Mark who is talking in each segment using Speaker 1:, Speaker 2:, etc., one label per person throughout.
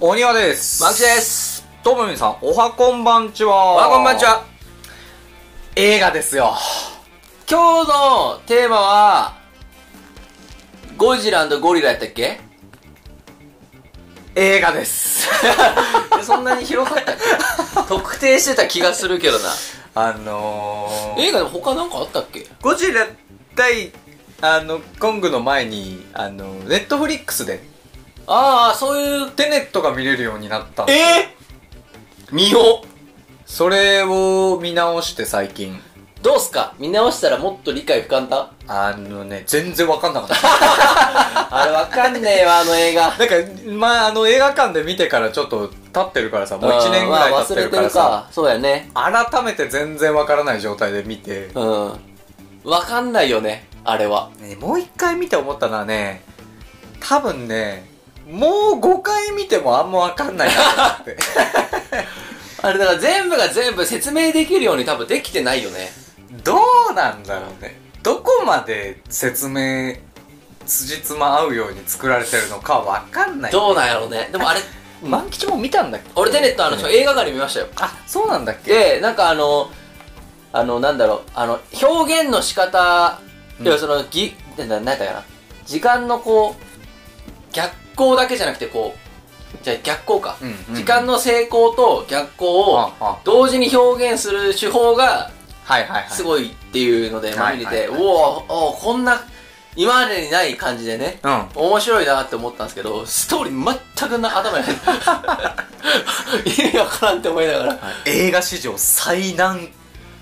Speaker 1: お庭です。
Speaker 2: マキです
Speaker 1: ともみさん、おはこんばんちは。
Speaker 2: おはこんばんち。は
Speaker 1: 映画ですよ。
Speaker 2: 今日のテーマは、ゴジラゴリラやったっけ
Speaker 1: 映画 です。
Speaker 2: そんなに広かったっ け特定してた気がする けどな。
Speaker 1: あのー、
Speaker 2: 映画でも他なんかあったっけ
Speaker 1: ゴジラ対、あの、コングの前に、あの、ネットフリックスで、
Speaker 2: ああ、そういう。
Speaker 1: テネットが見れるようになったの
Speaker 2: え見よう
Speaker 1: それを見直して最近。
Speaker 2: どうすか見直したらもっと理解不簡単
Speaker 1: あのね、全然わかんなかった。
Speaker 2: あれわかんねえわ、あの映画。
Speaker 1: なんか、まあ、あの、映画館で見てからちょっと経ってるからさ、もう1年ぐらい
Speaker 2: まあ
Speaker 1: 経ってるからさ、
Speaker 2: 忘れてるか。そうやね。
Speaker 1: 改めて全然わからない状態で見て、
Speaker 2: うん。わかんないよね、あれは。
Speaker 1: ね、もう一回見て思ったのはね、多分ね、もう5回見てもあんまわかんないな と思って。
Speaker 2: あれだから全部が全部説明できるように多分できてないよね。
Speaker 1: どうなんだろうね。どこまで説明、辻褄合うように作られてるのかわかんない。
Speaker 2: どうなんやろうね。でもあれ、
Speaker 1: 万吉も見たんだっけ
Speaker 2: 俺テネットあの、
Speaker 1: ね
Speaker 2: 映画館で見ましたよ。
Speaker 1: あ、そうなんだっけ
Speaker 2: で、なんかあの、あの、なんだろう、あの、表現の仕方、
Speaker 1: うん
Speaker 2: 要はその、ぎ、なんだ、なんだかな。時間のこう、逆光だけじゃなくてこう、じゃあ逆光か。
Speaker 1: うん
Speaker 2: 時間
Speaker 1: の、
Speaker 2: の成功と逆光
Speaker 1: あ
Speaker 2: を
Speaker 1: あ
Speaker 2: 同時に表現する手法が
Speaker 1: はいはいはい。
Speaker 2: すごいっていうので、まあ
Speaker 1: はい
Speaker 2: 見れ
Speaker 1: は
Speaker 2: て、
Speaker 1: い
Speaker 2: お
Speaker 1: は
Speaker 2: ー
Speaker 1: い
Speaker 2: おーこんな、今までにない感じでね、
Speaker 1: うん。
Speaker 2: 面白いなって思ったんですけど、ストーリー全くな頭に入 ってない。意味わからんって思いながら。
Speaker 1: 映画史上最難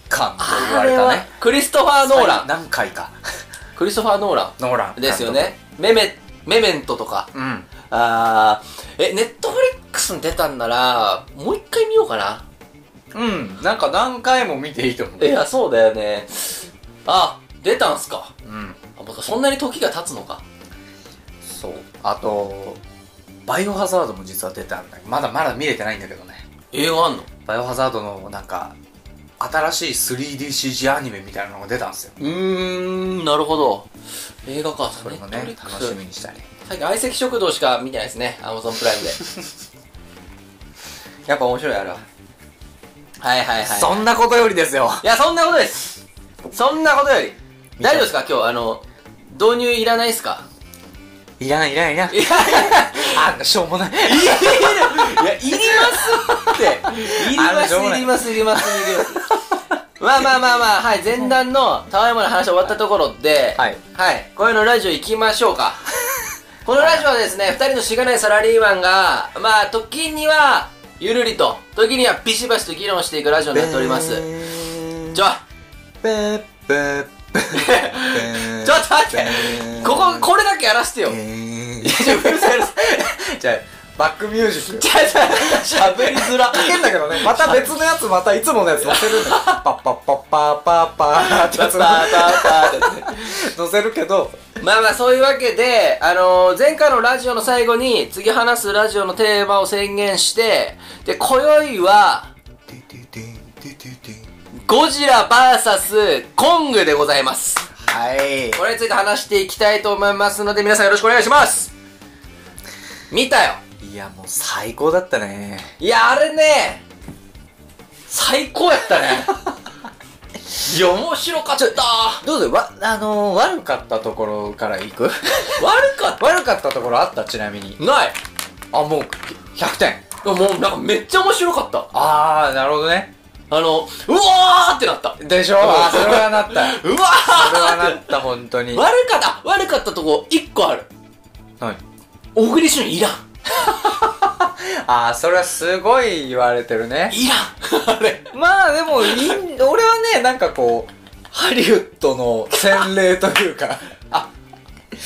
Speaker 1: 関と言わ
Speaker 2: あ
Speaker 1: れ
Speaker 2: れ
Speaker 1: た
Speaker 2: は
Speaker 1: ね。
Speaker 2: クリストファー・ノーラ
Speaker 1: 最
Speaker 2: ン。
Speaker 1: 何回か。
Speaker 2: クリストファー・ノーラ
Speaker 1: ノーラン。
Speaker 2: ン。ですよ。ね。メメ、メメントとか。
Speaker 1: うん。
Speaker 2: あー、え、ネットフリックスに出たんなら、もう一回見ようかな。
Speaker 1: うん。なんか何回も見ていいと思う。
Speaker 2: いや、そうだよね。あ、出たんすか。
Speaker 1: うん。
Speaker 2: あ僕そんなに時が経つのか。
Speaker 1: そうあとバイオハザードも実は出たんだけどまだまだ見れてないんだけどね
Speaker 2: 映画あんの
Speaker 1: バイオハザードのなんか新しい 3DCG アニメみたいなのが出たんですよ
Speaker 2: うーん、なるほど。映画か、
Speaker 1: それも
Speaker 2: ネットフ
Speaker 1: ね
Speaker 2: リック
Speaker 1: 楽
Speaker 2: ス
Speaker 1: しみにしたり
Speaker 2: 最近相席食堂しか見てないですね Amazon プライ ムでやっぱ面白いあれははいはいはい
Speaker 1: そんなことよりですよ
Speaker 2: いやそんなことですそんなことより
Speaker 1: 見た
Speaker 2: 大丈夫ですか今日あの導入いらないですか
Speaker 1: いらないいらないいらない
Speaker 2: い やい
Speaker 1: あしょうもない
Speaker 2: やいりますっていりま
Speaker 1: あ
Speaker 2: す
Speaker 1: しょうも
Speaker 2: い
Speaker 1: ない
Speaker 2: りますいりますいりますまあまあまあまあはい前段のたわいもない話終わったところで
Speaker 1: は
Speaker 2: はいはいこういうのラジオ行きましょうかこのラジオはですね二人のしがないサラリーマンがまあ時にはゆるりと時にはビシバシと議論していくラジオになっておりますちょ
Speaker 1: ペーペーペー
Speaker 2: ちょっと待ってこここれだけやらせてよいや
Speaker 1: こ
Speaker 2: ちょうるさいうるさ
Speaker 1: じゃあバックミュージック
Speaker 2: いちょちょ喋りづら
Speaker 1: 変だけどね、また別のやつ、またいつものやつ載せるんだよ。パッパッパッパーパーパーって
Speaker 2: バ
Speaker 1: や
Speaker 2: ー
Speaker 1: つ
Speaker 2: バーバーバーって
Speaker 1: 載せるけど、
Speaker 2: まあまあそういうわけで、あのー前回のラジオの最後に次話すラジオのテーマを宣言して、で、今宵は、ゴジラ VS コングでございます。
Speaker 1: はい。
Speaker 2: これについて話していきたいと思いますので、皆さんよろしくお願いします見たよ
Speaker 1: いや、もう最高だったね。
Speaker 2: いや、あれね、最高やったね。 いや、面白かった
Speaker 1: どうぞ、わ、あのー、悪かったところからいく
Speaker 2: 悪かっ
Speaker 1: 悪かったところあった、ちなみに。
Speaker 2: たない
Speaker 1: あ、もう、100点。
Speaker 2: もうなんかめっちゃ面白かった。
Speaker 1: あー、なるほどね。
Speaker 2: あの、うわーってなった。
Speaker 1: でしょあ、それはなった。
Speaker 2: うわ
Speaker 1: それは
Speaker 2: ー
Speaker 1: なった、本当に。
Speaker 2: 悪かった悪かったとこ1個ある
Speaker 1: はい
Speaker 2: 小栗旬いらん
Speaker 1: あー、それはすごい言われてるね。
Speaker 2: いらんあれ
Speaker 1: まあでもいい、俺はね、なんかこう、ハリウッドの洗礼という か、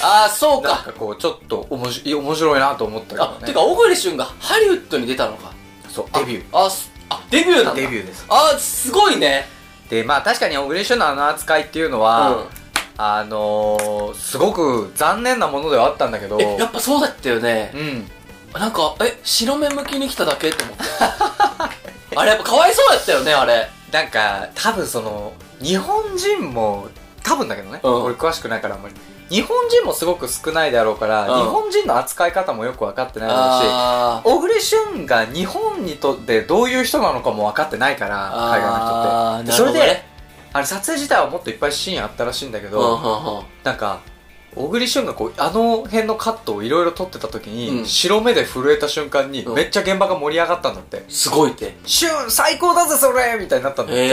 Speaker 2: ああそう
Speaker 1: なん
Speaker 2: か
Speaker 1: かこう、ちょっとおもし面白いなと思ったけど
Speaker 2: あ
Speaker 1: ね。
Speaker 2: てか小栗旬がハリウッドに出たのか
Speaker 1: そう、
Speaker 2: あ
Speaker 1: デビュ
Speaker 2: あすあデビューなんだ
Speaker 1: デビューです
Speaker 2: あーすごいね
Speaker 1: ー。で、まあ確かに小栗旬のあの扱いっていうのは、あのー、すごく残念なものではあったんだけど、
Speaker 2: うんえやっぱそうだったよね
Speaker 1: うん。
Speaker 2: なんかえ白目向きに来ただけって思った あれやっぱかわいそうだったよねあれ
Speaker 1: なんか、多分その、日本人も多分だけどね、
Speaker 2: うん
Speaker 1: 俺詳しくないからあんまり日本人もすごく少ないだろうから、
Speaker 2: うん
Speaker 1: 日本人の扱い方もよく分かってないだろうし
Speaker 2: あー
Speaker 1: 小栗旬が日本にとってどういう人なのかも分かってないから海外の人
Speaker 2: あ
Speaker 1: っ
Speaker 2: ー
Speaker 1: て
Speaker 2: な
Speaker 1: そ
Speaker 2: るほ
Speaker 1: れ
Speaker 2: どね
Speaker 1: であれ撮影自体はもっといっぱいシーンあったらしいんだけ
Speaker 2: うん
Speaker 1: ど、
Speaker 2: うんうん
Speaker 1: なんか小栗旬がこうあの辺のカットをいろいろ撮ってた時に、
Speaker 2: うん
Speaker 1: 白目で震えた瞬間に、
Speaker 2: うん
Speaker 1: めっちゃ現場が盛り上がったんだって
Speaker 2: すごいって
Speaker 1: 「旬最高だぜそれ!」みたいになったんだって、
Speaker 2: へ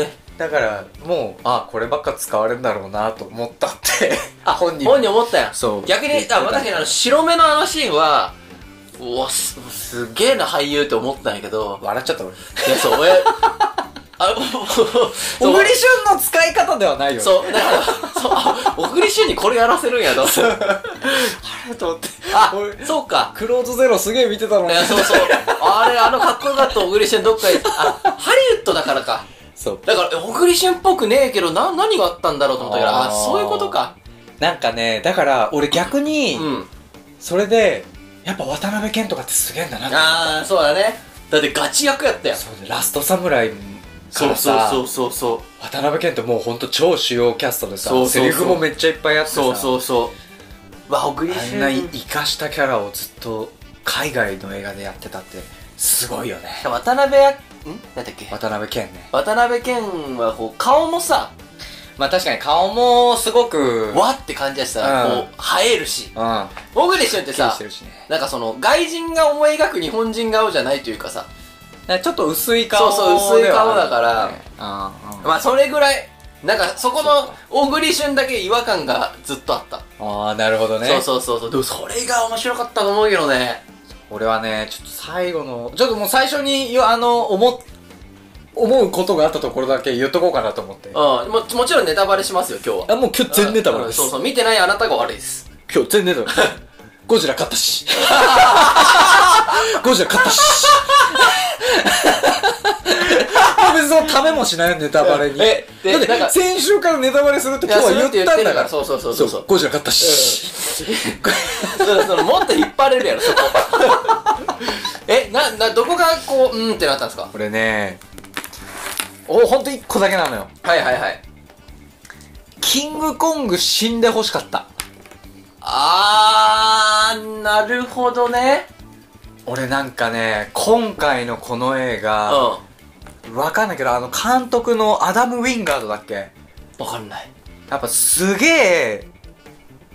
Speaker 2: え
Speaker 1: だからもうあこればっか使われるんだろうなと思ったって
Speaker 2: あ
Speaker 1: 本人
Speaker 2: 本人思ったやん
Speaker 1: そう
Speaker 2: 逆に
Speaker 1: 言ってた
Speaker 2: あ確かにあの白目のあのシーンはうわすすげえな俳優って思ったんやけど
Speaker 1: 笑っちゃった俺
Speaker 2: いやそう 俺あそう
Speaker 1: 小栗旬の使い方ではないよね
Speaker 2: そう、だから、そう、あ小栗旬にこれやらせるんやと。
Speaker 1: あれと思って
Speaker 2: あ
Speaker 1: 俺、
Speaker 2: そうか。
Speaker 1: クローズゼロすげえ見てたの
Speaker 2: い
Speaker 1: に
Speaker 2: や、そうそう。あれ、あのかっこよかった小栗旬どっか行っあ、ハリウッドだからか。
Speaker 1: そう
Speaker 2: だから、え小栗旬っぽくねえけど、な、何があったんだろうと思ったけど、あ
Speaker 1: あー
Speaker 2: そういうことか。
Speaker 1: なんかねだから俺逆
Speaker 2: う
Speaker 1: に、
Speaker 2: ん。
Speaker 1: それでやっぱ渡辺謙とかってすげえんだなって
Speaker 2: ああ、そうだね。だってガチ役やったやん。
Speaker 1: そうねラストサムライか
Speaker 2: そう
Speaker 1: ら
Speaker 2: そう
Speaker 1: さ
Speaker 2: そうそうそう。
Speaker 1: 渡辺謙ってもうほんと超主要キャストでさ
Speaker 2: そうそうそう
Speaker 1: セリフもめっちゃいっぱいあってさ
Speaker 2: そうそうそう。わ、小栗
Speaker 1: あん
Speaker 2: 旬。
Speaker 1: な生かしたキャラをずっと海外の映画でやってたってすごいよね
Speaker 2: 渡辺や、んなんだっけ
Speaker 1: 渡辺謙ね
Speaker 2: 渡辺謙はこう顔もさ、
Speaker 1: まあ確かに顔もすごく
Speaker 2: わって感じやしさ、
Speaker 1: うん
Speaker 2: こう、映えるし。
Speaker 1: うん
Speaker 2: 小栗旬って
Speaker 1: キー
Speaker 2: さ
Speaker 1: して、るしね
Speaker 2: なんかその、外人が思い描く日本人顔じゃないというかさ、
Speaker 1: なんかちょっと薄い顔
Speaker 2: そうそう薄い顔だから
Speaker 1: ではあるよねうんうん
Speaker 2: まあそれぐらい、なんかそこの小栗旬だけ違和感がずっとあった。
Speaker 1: ああなるほどね
Speaker 2: そうそうそうそう。でもそれが面白かったと思うけどね。
Speaker 1: 俺はねちょっと最後のちょっともう最初によあの思っ思うことがあったところだけ言っとこうかなと思って
Speaker 2: うん。ももちろんネタバレしますよ、今日は。
Speaker 1: あもう今日全ネタバレです
Speaker 2: うんそうそう。見てないあなたが悪いです。
Speaker 1: 今日全ネタバレ ゴジラ勝った しゴジラ勝ったし別にそのためもしないよネタバレに
Speaker 2: えで
Speaker 1: だっ
Speaker 2: なんか
Speaker 1: て先週からネタバレするって今日は言ったんだから
Speaker 2: そうそうそうそうそう。
Speaker 1: ゴジラ勝ったし、
Speaker 2: そうそうもっと引っ張れるやろ、 そこ。え、な、な、どこがこう、うんってなったんですか
Speaker 1: これねおほんと1個だけなのよ
Speaker 2: はいはいはい。
Speaker 1: キングコング死んでほしかった
Speaker 2: あー、なるほどね。
Speaker 1: 俺なんかね今回のこの映画、
Speaker 2: わ
Speaker 1: わかんないけどあの監督のアダム・ウィンガードだっけ
Speaker 2: かんない。
Speaker 1: やっぱすげえ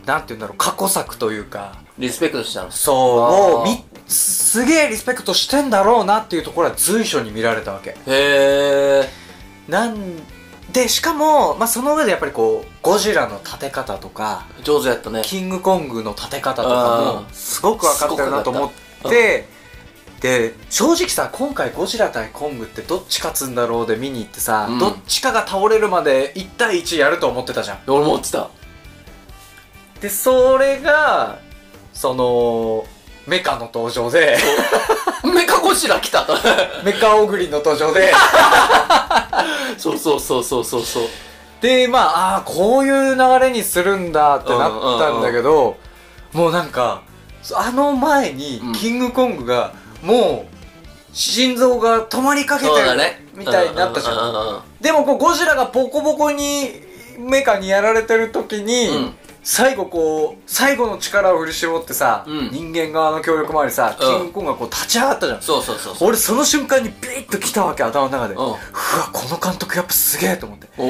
Speaker 1: なんて言うんだろう過去作というか
Speaker 2: リスペクトしたの。
Speaker 1: そう
Speaker 2: あー
Speaker 1: もうみすすげえリスペクトしてんだろうなっていうところは随所に見られたわけ
Speaker 2: へー。
Speaker 1: なんでしかも、まあ、その上でやっぱりこうゴジラの立て方とか
Speaker 2: 上手やったね。
Speaker 1: キングコングの立て方とか
Speaker 2: う
Speaker 1: もすごく分かってるなと思って、で正直さ今回ゴジラ対コングってどっち勝つんだろうで見に行ってさ、
Speaker 2: うん
Speaker 1: どっちかが倒れるまで1対1やると思ってたじゃん
Speaker 2: 俺も落ちた。
Speaker 1: でそれがそのメカの登場で
Speaker 2: メカゴジラ来たと。
Speaker 1: メカオグリの登場 で
Speaker 2: そうそうそうそうそうそう。
Speaker 1: でまああーこういう流れにするんだってなったんだけど、もうなんかあの前に
Speaker 2: うん
Speaker 1: キングコングがもう心臓が止まりかけて
Speaker 2: そうだ
Speaker 1: る、
Speaker 2: ね。
Speaker 1: みたいになったじゃん
Speaker 2: うんうんうんうん
Speaker 1: でもこうゴジラがボコボコにメカにやられてる時に、
Speaker 2: うん
Speaker 1: 最後こう最後の力を振り絞ってさ、
Speaker 2: うん
Speaker 1: 人間側の協力もありさ、
Speaker 2: うん
Speaker 1: キングコングがこう立ち上がったじゃん
Speaker 2: そうそうそうそう。
Speaker 1: 俺その瞬間にビーッと来たわけ頭の中で、
Speaker 2: うん
Speaker 1: うわこの監督やっぱすげえと思って
Speaker 2: お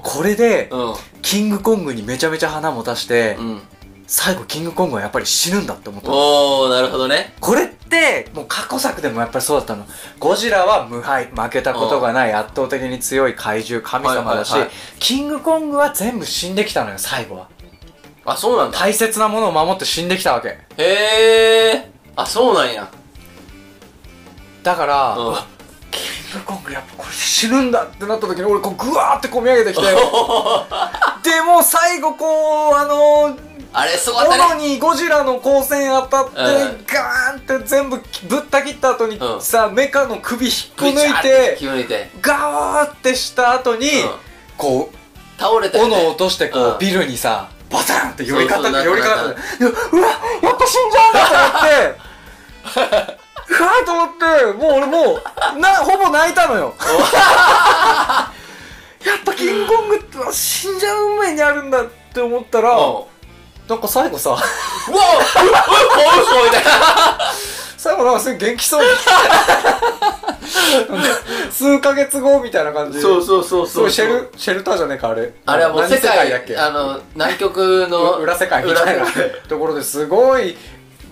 Speaker 2: ー。
Speaker 1: これで、
Speaker 2: うん。
Speaker 1: キングコングにめちゃめちゃ花持たして、
Speaker 2: うん。
Speaker 1: 最後キングコングはやっぱり死ぬんだって思った
Speaker 2: おー、なるほどね。
Speaker 1: これってもう過去作でもやっぱりそうだったのゴジラは無敗負けたことがない圧倒的に強い怪獣神様だし、
Speaker 2: はいはいはい
Speaker 1: キングコングは全部死んできたのよ最後は
Speaker 2: あ、そうなんだ。
Speaker 1: 大切なものを守って死んできたわけ
Speaker 2: へー。あ、そうなんや。
Speaker 1: だから、
Speaker 2: うん
Speaker 1: うわキングコングやっぱこれで死ぬんだってなった時に俺こうグワーって込み上げて きてでも最後こうあのー
Speaker 2: あれ、すごかった
Speaker 1: 斧
Speaker 2: ね。
Speaker 1: にゴジラの光線当たって、
Speaker 2: うん
Speaker 1: ガーンって全部ぶった切った後に、
Speaker 2: うん
Speaker 1: さメカの首引っこ抜
Speaker 2: ぐちゃ
Speaker 1: い
Speaker 2: って気を抜いて。
Speaker 1: ガーってした後に、
Speaker 2: うん
Speaker 1: こう
Speaker 2: 倒れたよね
Speaker 1: 斧を落としてこう、
Speaker 2: うん
Speaker 1: ビルにさバタンって寄りかかっ
Speaker 2: そう
Speaker 1: て
Speaker 2: そう
Speaker 1: 寄りかか
Speaker 2: な
Speaker 1: っ
Speaker 2: ん
Speaker 1: てうわやっぱ死んじゃうんだ と思ってうわーと思ってもう俺もう なほぼ泣いたのよやっぱキングコングって死んじゃなるんだって思ったら、
Speaker 2: おう
Speaker 1: なんか最後さ、
Speaker 2: うわうわうわうわみたい
Speaker 1: 最後なんかすごい元気そうに数ヶ月後みたいな感じ
Speaker 2: な。そうそうそう
Speaker 1: そ
Speaker 2: そうう。
Speaker 1: シェルシェルターじゃねえかあれ
Speaker 2: あれはもう
Speaker 1: 何
Speaker 2: 世界、
Speaker 1: だっけ
Speaker 2: あの、南極の。
Speaker 1: う裏世界みたいな
Speaker 2: 裏世界
Speaker 1: ところですごい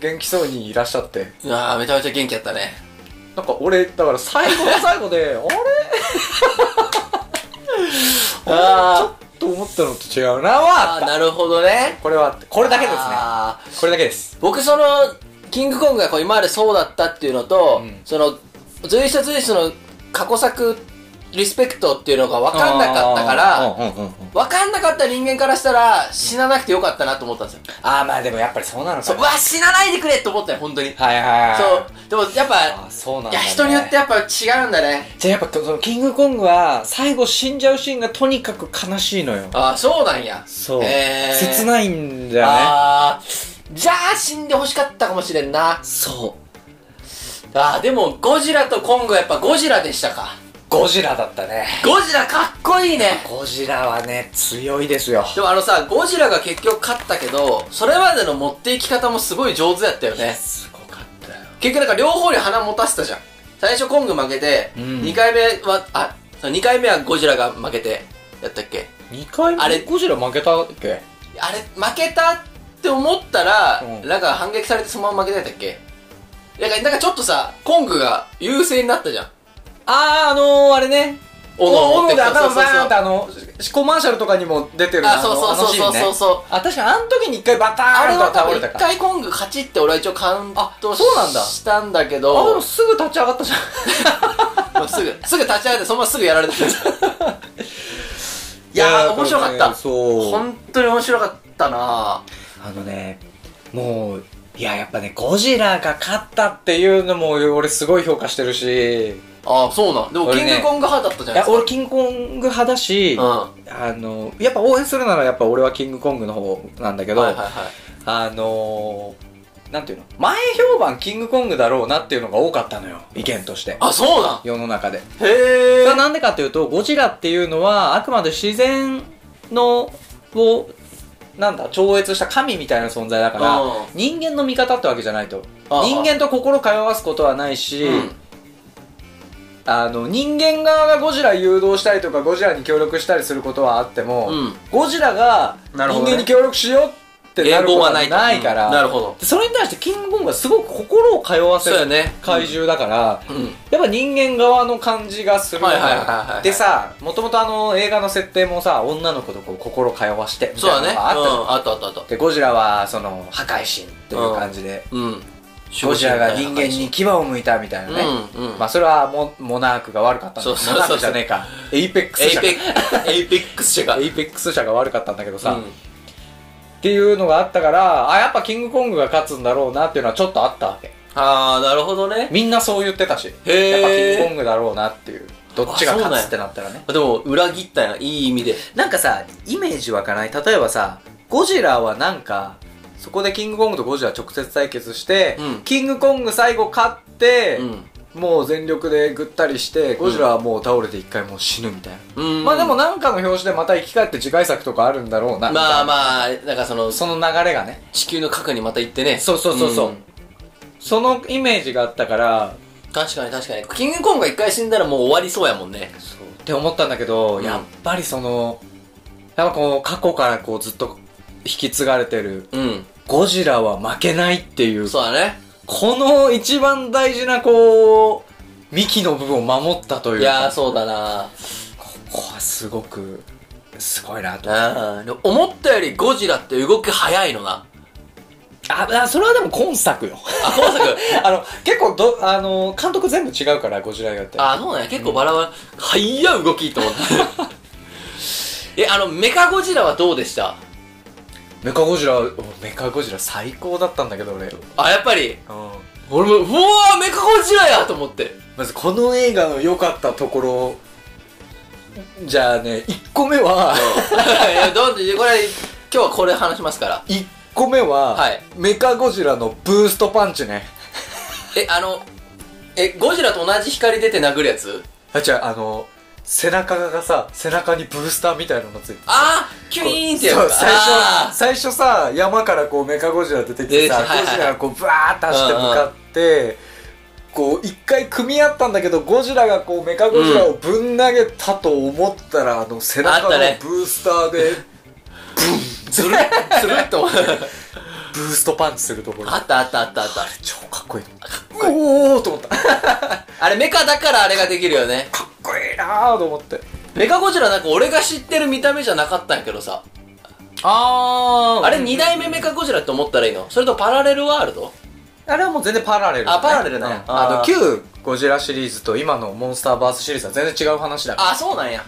Speaker 1: 元気そうにいらっしゃって
Speaker 2: いやーめちゃめちゃ元気やったね。
Speaker 1: なんか俺だから最後の 最後であれ
Speaker 2: あ
Speaker 1: と思ったのと違うな
Speaker 2: あ
Speaker 1: は
Speaker 2: ー、なるほどね。
Speaker 1: これはこれだけですね
Speaker 2: あー
Speaker 1: これだけです
Speaker 2: 僕その、キングコングがこう今までそうだったっていうのと、
Speaker 1: うん
Speaker 2: その、随所随所の過去作、リスペクトっていうのが分かんなかったから、
Speaker 1: うんうんうんうん
Speaker 2: 分かんなかった人間からしたら、死ななくてよかったなと思ったんですよ。
Speaker 1: ああまあでもやっぱりそうなの
Speaker 2: そう、
Speaker 1: か
Speaker 2: うわ、死なないでくれと思ったよ、本当に。
Speaker 1: はいはいはい
Speaker 2: そう、でもやっ
Speaker 1: あ
Speaker 2: ぱ
Speaker 1: ー、そうなん
Speaker 2: い
Speaker 1: だ、
Speaker 2: や、
Speaker 1: ね、
Speaker 2: 人によってやっぱ違うんだね。
Speaker 1: じゃあやっぱそのキングコングは最後死んじゃうシーンがとにかく悲しいのよ
Speaker 2: ああ、そうなんや。
Speaker 1: そう、
Speaker 2: へー
Speaker 1: 切ないんだよね
Speaker 2: あーじゃあ死んでほしかったかもしれんな。
Speaker 1: そう
Speaker 2: あーでもゴジラとコングはやっぱゴジラでしたか。
Speaker 1: ゴジラだったね
Speaker 2: ゴジラかっこいいね。
Speaker 1: ゴジラはね強いですよ
Speaker 2: でもあのさ、ゴジラが結局勝ったけど、それまでの持っていき方もすごい上手やったよね。
Speaker 1: すごかったよ
Speaker 2: 結局なんか両方に鼻持たせたじゃん。最初コング負けて、
Speaker 1: うん
Speaker 2: 2回目は、あ、2回目はゴジラが負けて、やったっけ
Speaker 1: 2回
Speaker 2: あれ
Speaker 1: 目ゴジラ負けたっけ
Speaker 2: あれ、負けたって思ったら、
Speaker 1: うん
Speaker 2: なんか反撃されてそのまま負けたんだっけなんか、なんかちょっとさ、コングが優勢になったじゃん。
Speaker 1: あああのー、あれね
Speaker 2: 斧を持ってき
Speaker 1: で
Speaker 2: た
Speaker 1: 頭バーンって
Speaker 2: そうそうそう
Speaker 1: あのコマーシャルとかにも出てる
Speaker 2: あ、
Speaker 1: の
Speaker 2: そうそう
Speaker 1: あのシー
Speaker 2: そう
Speaker 1: ンね
Speaker 2: そうそう。
Speaker 1: あ確かにあの時に一回バターン
Speaker 2: あれは
Speaker 1: と
Speaker 2: 多
Speaker 1: 倒
Speaker 2: 分
Speaker 1: れた
Speaker 2: 一
Speaker 1: から
Speaker 2: 回コング勝ちって俺は一応感動
Speaker 1: あそうなんだ
Speaker 2: したんだけ
Speaker 1: あでも
Speaker 2: ど、
Speaker 1: すぐ立ち上がった じゃん
Speaker 2: もうすぐ、すぐ立ち上がってそのまますぐやられてた。い
Speaker 1: いやー
Speaker 2: やー、面白かった。
Speaker 1: そう
Speaker 2: 本当に面白かったな
Speaker 1: あのね、もう、いや、やっぱね、ゴジラが勝ったっていうのも、俺すごい評価してるし、
Speaker 2: ああ、そうなん。でも、キ
Speaker 1: 俺
Speaker 2: ン
Speaker 1: ね
Speaker 2: グコング派だったじゃ
Speaker 1: い
Speaker 2: ない
Speaker 1: や
Speaker 2: で、すか。
Speaker 1: 俺、キングコング派だし、
Speaker 2: うん。は
Speaker 1: あの、やっぱ応援するなら、やっぱ俺はキングコングの方なんだけ
Speaker 2: い
Speaker 1: ど、
Speaker 2: はいはい。
Speaker 1: あのー、なんていうの前評判キングコングだろうなっていうのが多かったのよ、意見として。
Speaker 2: あ、そうなん。
Speaker 1: 世の中で。そ
Speaker 2: へ
Speaker 1: れは
Speaker 2: え。
Speaker 1: なんでかっていうと、ゴジラっていうのは、あくまで自然の、を、なんだ、超越した神みたいな存在だから、
Speaker 2: うん
Speaker 1: 人間の味方ってわけじゃないと。
Speaker 2: ああ
Speaker 1: 人間と心通わすことはないし、
Speaker 2: うん
Speaker 1: あの、人間側がゴジラ誘導したりとか、ゴジラに協力したりすることはあっても、
Speaker 2: うん
Speaker 1: ゴジラが人
Speaker 2: なるほどね
Speaker 1: 間に協力しようってなることはないから、
Speaker 2: うんなるほど。
Speaker 1: でそれに対してキングコングはすごく心を通わせ
Speaker 2: そうや
Speaker 1: る
Speaker 2: ね。
Speaker 1: 怪獣だから、
Speaker 2: うん。
Speaker 1: やっぱ人間側の感じがするのよ
Speaker 2: はいはいはいはいはい
Speaker 1: でさもともとあの映画の設定もさ女の子とこう心通わしてみた
Speaker 2: そう
Speaker 1: いな
Speaker 2: だ
Speaker 1: の
Speaker 2: ね。うん。
Speaker 1: があったの
Speaker 2: あったあったあった。
Speaker 1: でゴジラはその破壊神という感じで、
Speaker 2: うん。
Speaker 1: ゴジラが人間に牙を向いたみたいなね、
Speaker 2: うんうん
Speaker 1: まあそれはモモナークが悪かったんだけど
Speaker 2: そうそう
Speaker 1: モ
Speaker 2: そう
Speaker 1: ナークじゃねえかエイペックス
Speaker 2: エイ
Speaker 1: 社
Speaker 2: ペック、エイペックス社が。
Speaker 1: エイペックス社が悪かったんだけどさ、
Speaker 2: うん
Speaker 1: っていうのがあったからあやっぱキングコングが勝つんだろうなっていうのはちょっとあったわけ
Speaker 2: ああ、なるほどね。
Speaker 1: みんなそう言ってたしやっぱ
Speaker 2: へー
Speaker 1: キングコングだろうなっていうどっちが勝つってなったらね
Speaker 2: でも、裏切ったよいい意味で。
Speaker 1: なんかさ、イメージ湧かない例えばさ、ゴジラはなんか、そこでキングコングとゴジラ直接対決して、
Speaker 2: うん
Speaker 1: キングコング最後勝って、
Speaker 2: うん。
Speaker 1: もう全力でぐったりして、ゴジラはもう倒れて一回もう死ぬみたいな。
Speaker 2: うん。
Speaker 1: まあでも、なんかの表紙でまた生き返って次回作とかあるんだろうな。みたい
Speaker 2: まあ
Speaker 1: な
Speaker 2: まあ、なんかその、
Speaker 1: その流れがね。
Speaker 2: 地球の核にまた行ってね。
Speaker 1: そうそうそうそう。
Speaker 2: ん
Speaker 1: そのイメージがあったから、
Speaker 2: 確かに確かに。キングコングが一回死んだらもう終わりそうやもんね。
Speaker 1: って思ったんだけど、
Speaker 2: うん
Speaker 1: やっぱりその、やっぱこう過去からこうずっと引き継がれてる、
Speaker 2: うん。
Speaker 1: ゴジラは負けないっていう
Speaker 2: そうだね。
Speaker 1: この一番大事なこう幹の部分を守ったという
Speaker 2: い
Speaker 1: か
Speaker 2: やー、そうだな
Speaker 1: ここはすごくすごいなと
Speaker 2: うん。でも思ったよりゴジラって動き早いのな。
Speaker 1: ああそれはでも今作よ
Speaker 2: あ、今作。
Speaker 1: あの結構どあの監督全部違うからゴジラ映画って
Speaker 2: あ、そうなんや。結構バラバラ。はいや、動きと思 って。え、あの、メカゴジラはどうでした
Speaker 1: メカゴジラメカゴジラ最高だったんだけど俺、うん、
Speaker 2: あ、やっぱり。俺も、うわー、メカゴジラやと 思って。
Speaker 1: まずこの映画の良かったところじゃあね1個目は
Speaker 2: いや、どうで、これ、今日はこれ話しますから。
Speaker 1: 1個目は、
Speaker 2: はい
Speaker 1: メカゴジラのブーストパンチね
Speaker 2: え、あの、え、ゴジラと同じ光出て殴るやつ
Speaker 1: あ、違う、あの、背中がさ背中にブースターみたいなのついて
Speaker 2: あーキュイーンってや
Speaker 1: そう
Speaker 2: つ
Speaker 1: 最初最初さ山からこうメカゴジラ出てきてさ、
Speaker 2: 出てきたはいはい
Speaker 1: ゴジラがこうブワーッと走って向かって、こう一回組み合ったんだけどゴジラがこうメカゴジラをぶん投げたと思ったら、あの背中
Speaker 2: あっ
Speaker 1: の
Speaker 2: たね
Speaker 1: ブースターで、
Speaker 2: ずる っずるっ
Speaker 1: ブ
Speaker 2: と
Speaker 1: ーストパンチするところ
Speaker 2: あったあったあったあった
Speaker 1: 超かっこいいと思ったおおーと思ったかっ
Speaker 2: あれメカだからあれができるよね
Speaker 1: こいいなーと思って
Speaker 2: メカゴジラなんか俺が知ってる見た目じゃなかったんやけどさ
Speaker 1: あ
Speaker 2: あれ2代目メカゴジラって思ったらいいのそれとパラレルワールド
Speaker 1: あれはもう全然パラレル、
Speaker 2: あパラレルね
Speaker 1: うん
Speaker 2: あー
Speaker 1: あの旧ゴジラシリーズと今のモンスターバースシリーズは全然違う話だから
Speaker 2: あそうなんや、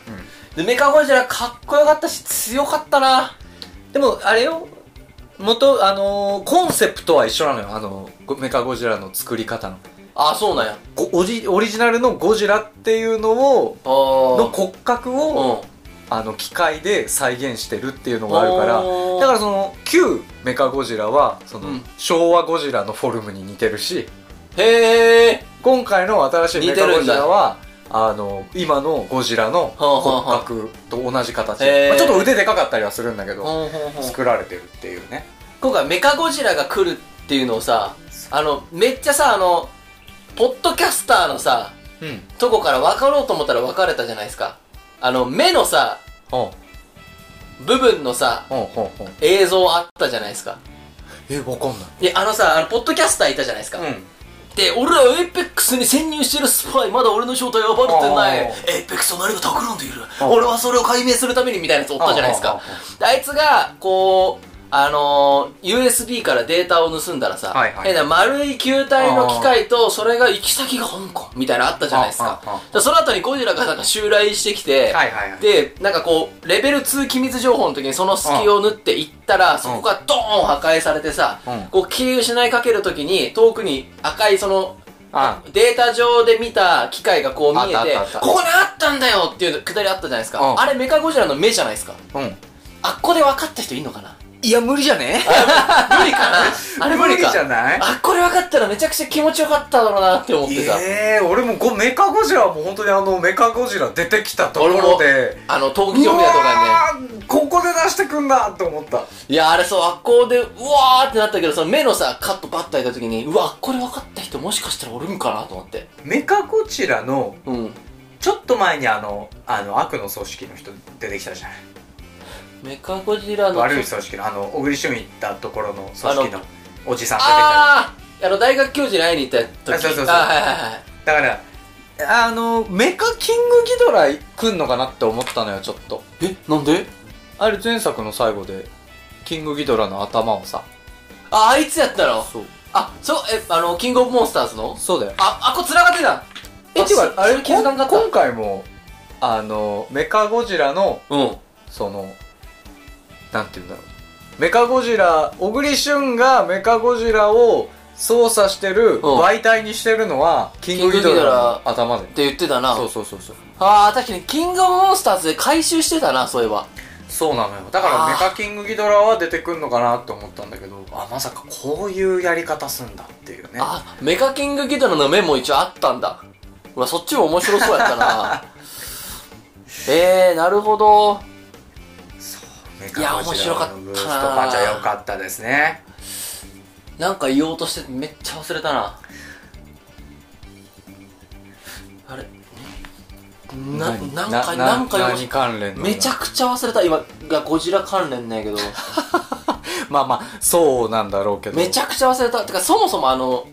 Speaker 2: でメカゴジラかっこよかったし強かったな
Speaker 1: でもあれよ元あのーコンセプトは一緒なのよあのゴメカゴジラの作り方の
Speaker 2: あそうなんや
Speaker 1: ごオリオリジナルのゴジラっていうのを
Speaker 2: あー
Speaker 1: の骨格を、
Speaker 2: うん
Speaker 1: あの機械で再現してるっていうのがあるから
Speaker 2: おー
Speaker 1: だからその旧メカゴジラはその、
Speaker 2: うん
Speaker 1: 昭和ゴジラのフォルムに似てるし
Speaker 2: へえ
Speaker 1: 今回の新しいメ
Speaker 2: 似て
Speaker 1: カ
Speaker 2: る
Speaker 1: ゴ
Speaker 2: ん
Speaker 1: ジ
Speaker 2: だ
Speaker 1: ラはあの今のゴジラの
Speaker 2: はあはあはあ
Speaker 1: 骨格と同じ形、
Speaker 2: へー
Speaker 1: まあちょっと腕でかかったりはするんだけど
Speaker 2: 今
Speaker 1: 作られてるっていうね
Speaker 2: 回メカゴジラが来るっていうのをさあのめっちゃさあのポッドキャスターのさ
Speaker 1: うん
Speaker 2: とこから分かろうと思ったら分かれたじゃないですかあの目のさ
Speaker 1: うん
Speaker 2: 部分のさ
Speaker 1: ほんほんほん
Speaker 2: 映像あったじゃないですか
Speaker 1: えわかんない
Speaker 2: であのさあのポッドキャスターいたじゃないですか、
Speaker 1: うん
Speaker 2: で俺らエイペックスに潜入してるスパイまだ俺の正体は暴れてない
Speaker 1: あ
Speaker 2: エイペックスの何が企んでいる
Speaker 1: あ
Speaker 2: 俺はそれを解明するためにみたいなやつおったじゃないです
Speaker 1: ああ
Speaker 2: か
Speaker 1: あ
Speaker 2: であいつがこうあのー USB からデータを盗んだらさ、
Speaker 1: はいはい
Speaker 2: 変な丸い球体の機械とそれが行き先が香港みたいなのあったじゃないですか
Speaker 1: ああああ
Speaker 2: でその後にゴジラがなんか襲来してきて、
Speaker 1: はいはいはい
Speaker 2: でなんかこうレベル2機密情報の時にその隙を縫っていったらそこがドーン破壊されてさ、
Speaker 1: うん
Speaker 2: こう気失いかける時に遠くに赤いその
Speaker 1: あ
Speaker 2: データ上で見た機械がこう見え
Speaker 1: あってたあったあった
Speaker 2: ここにあったんだよっていうくだりあったじゃないですか、
Speaker 1: うん
Speaker 2: あれメカゴジラの目じゃないですか
Speaker 1: うん
Speaker 2: あっこで分かった人いん のかない
Speaker 1: や無理じゃね
Speaker 2: 無理かなあれ無理か
Speaker 1: 無理じゃない
Speaker 2: あっこで分かったらめちゃくちゃ気持ちよかっただろうなって思ってさ、
Speaker 1: ええ俺もごメカゴジラはもう本当にあのメカゴジラ出てきたところで
Speaker 2: あの東
Speaker 1: う
Speaker 2: 京メアとかね
Speaker 1: わーここで出してくんだと思った
Speaker 2: いや、あれそう、あっこで、うわーってなったけど、その目のさ、カットパッと開いた時に、うわ、これ分かった人もしかしたらおるんかなと思って。
Speaker 1: メカゴジラの
Speaker 2: うん。
Speaker 1: ちょっと前にあのあの悪の組織の人出てきたじゃない
Speaker 2: メカゴジラの、
Speaker 1: 悪い組織のあの小栗旬行ったところの組織のおじさん出てきたじゃない
Speaker 2: あーあの、大学教授に会いに行った時。
Speaker 1: あそうそうそう
Speaker 2: あ、はいはいはい。
Speaker 1: だからあのメカキングギドラ来んのかなって思ったのよちょっと
Speaker 2: え、なんで
Speaker 1: あれ前作の最後でキングギドラの頭をさ
Speaker 2: あ、あいつやったの
Speaker 1: そう
Speaker 2: あ、そう、え、あの、キングオブモンスターズの
Speaker 1: そうだよ
Speaker 2: あ、あっこ繋がってた
Speaker 1: えっていう
Speaker 2: そ
Speaker 1: かあれ
Speaker 2: そ気づかんかった
Speaker 1: こん今回もあのメカゴジラの
Speaker 2: うん。
Speaker 1: そのなんて言うんだろうメカゴジラ小栗旬がメカゴジラを操作してる
Speaker 2: うん
Speaker 1: 媒体にしてるのはキングギドラの頭で
Speaker 2: って言ってたな。
Speaker 1: そうそうそうそう
Speaker 2: ああ、確かに、キングオブモンスターズで回収してたな、そういえば。
Speaker 1: そうなのよだから
Speaker 2: あ
Speaker 1: メ
Speaker 2: ー
Speaker 1: カキングギドラは出てくんのかなって思ったんだけどあまさかこういうやり方すんだっていうね
Speaker 2: あ、メカキングギドラのメモ一応あったんだ。うわ、そっちも面白そうやっ たな。えー、なるほど。
Speaker 1: メ
Speaker 2: いや面白かったな
Speaker 1: のブーストパンチは良かったですね
Speaker 2: なんか言おうとしててめっちゃ忘れたな。あれな、なんか、なんか言おうとし
Speaker 1: 何関連の
Speaker 2: めちゃくちゃ忘れた。今がゴジラ関連なん やけど、
Speaker 1: まあまあそうなんだろうけど
Speaker 2: めちゃくちゃ忘れた。てか、そもそもあの、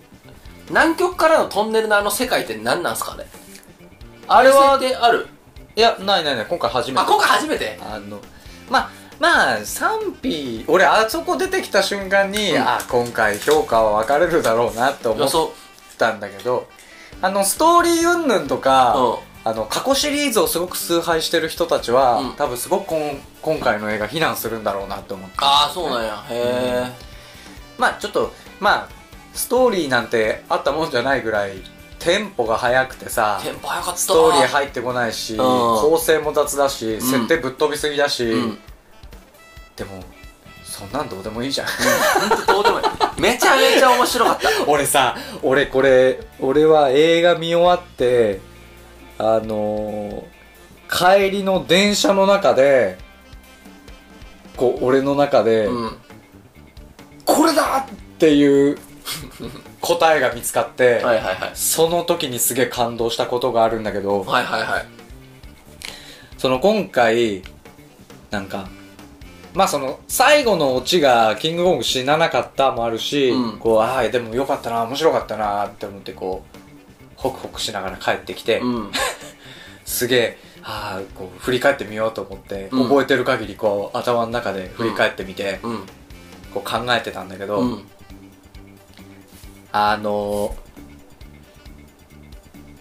Speaker 2: 南極からのトンネルのあの世界って何なんすかねあれはである
Speaker 1: いやないないない今回初めて
Speaker 2: あ、今回初めて
Speaker 1: あのまあまあ賛否俺あそこ出てきた瞬間に、
Speaker 2: うん
Speaker 1: あ今回評価は分かれるだろうなと
Speaker 2: い
Speaker 1: 思
Speaker 2: や
Speaker 1: っ
Speaker 2: そ
Speaker 1: たんだけどあのストーリー云々と
Speaker 2: う。
Speaker 1: か、
Speaker 2: うん。
Speaker 1: あの過去シリーズをすごく崇拝してる人たちは、
Speaker 2: うん
Speaker 1: 多分すごくこん今回の映画非難するんだろうなと思って
Speaker 2: ああそうなんやへえ
Speaker 1: まあちょっとまあストーリーなんてあったもんじゃないぐらいテンポが速くてさ
Speaker 2: テンポ早かった
Speaker 1: ストーリー入ってこないし、
Speaker 2: ん
Speaker 1: 構成も雑だし、
Speaker 2: ん
Speaker 1: 設定ぶっ飛びすぎだし、
Speaker 2: うん
Speaker 1: でもそんなんどうでもいいじゃん
Speaker 2: ほんとどうでもいいめちゃめちゃ面白かった
Speaker 1: 俺さ俺これ俺は映画見終わってあのー帰りの電車の中でこう俺の中で、
Speaker 2: うん。
Speaker 1: これだっていう 答えが見つかって、
Speaker 2: はいはいはい。
Speaker 1: その時にすげえ感動したことがあるんだけど、
Speaker 2: はいはいはい。
Speaker 1: その今回なんかまあその最後のオチが「キングコング」死ななかったもあるし、
Speaker 2: うん
Speaker 1: こうああでもよかったな面白かったなって思ってこうホクホクしながら帰ってきて、
Speaker 2: うん。
Speaker 1: すげえああこう振り返ってみようと思って、
Speaker 2: うん
Speaker 1: 覚えてる限りこう頭の中で振り返ってみて、
Speaker 2: うん。
Speaker 1: こう考えてたんだけど、
Speaker 2: うん。
Speaker 1: あの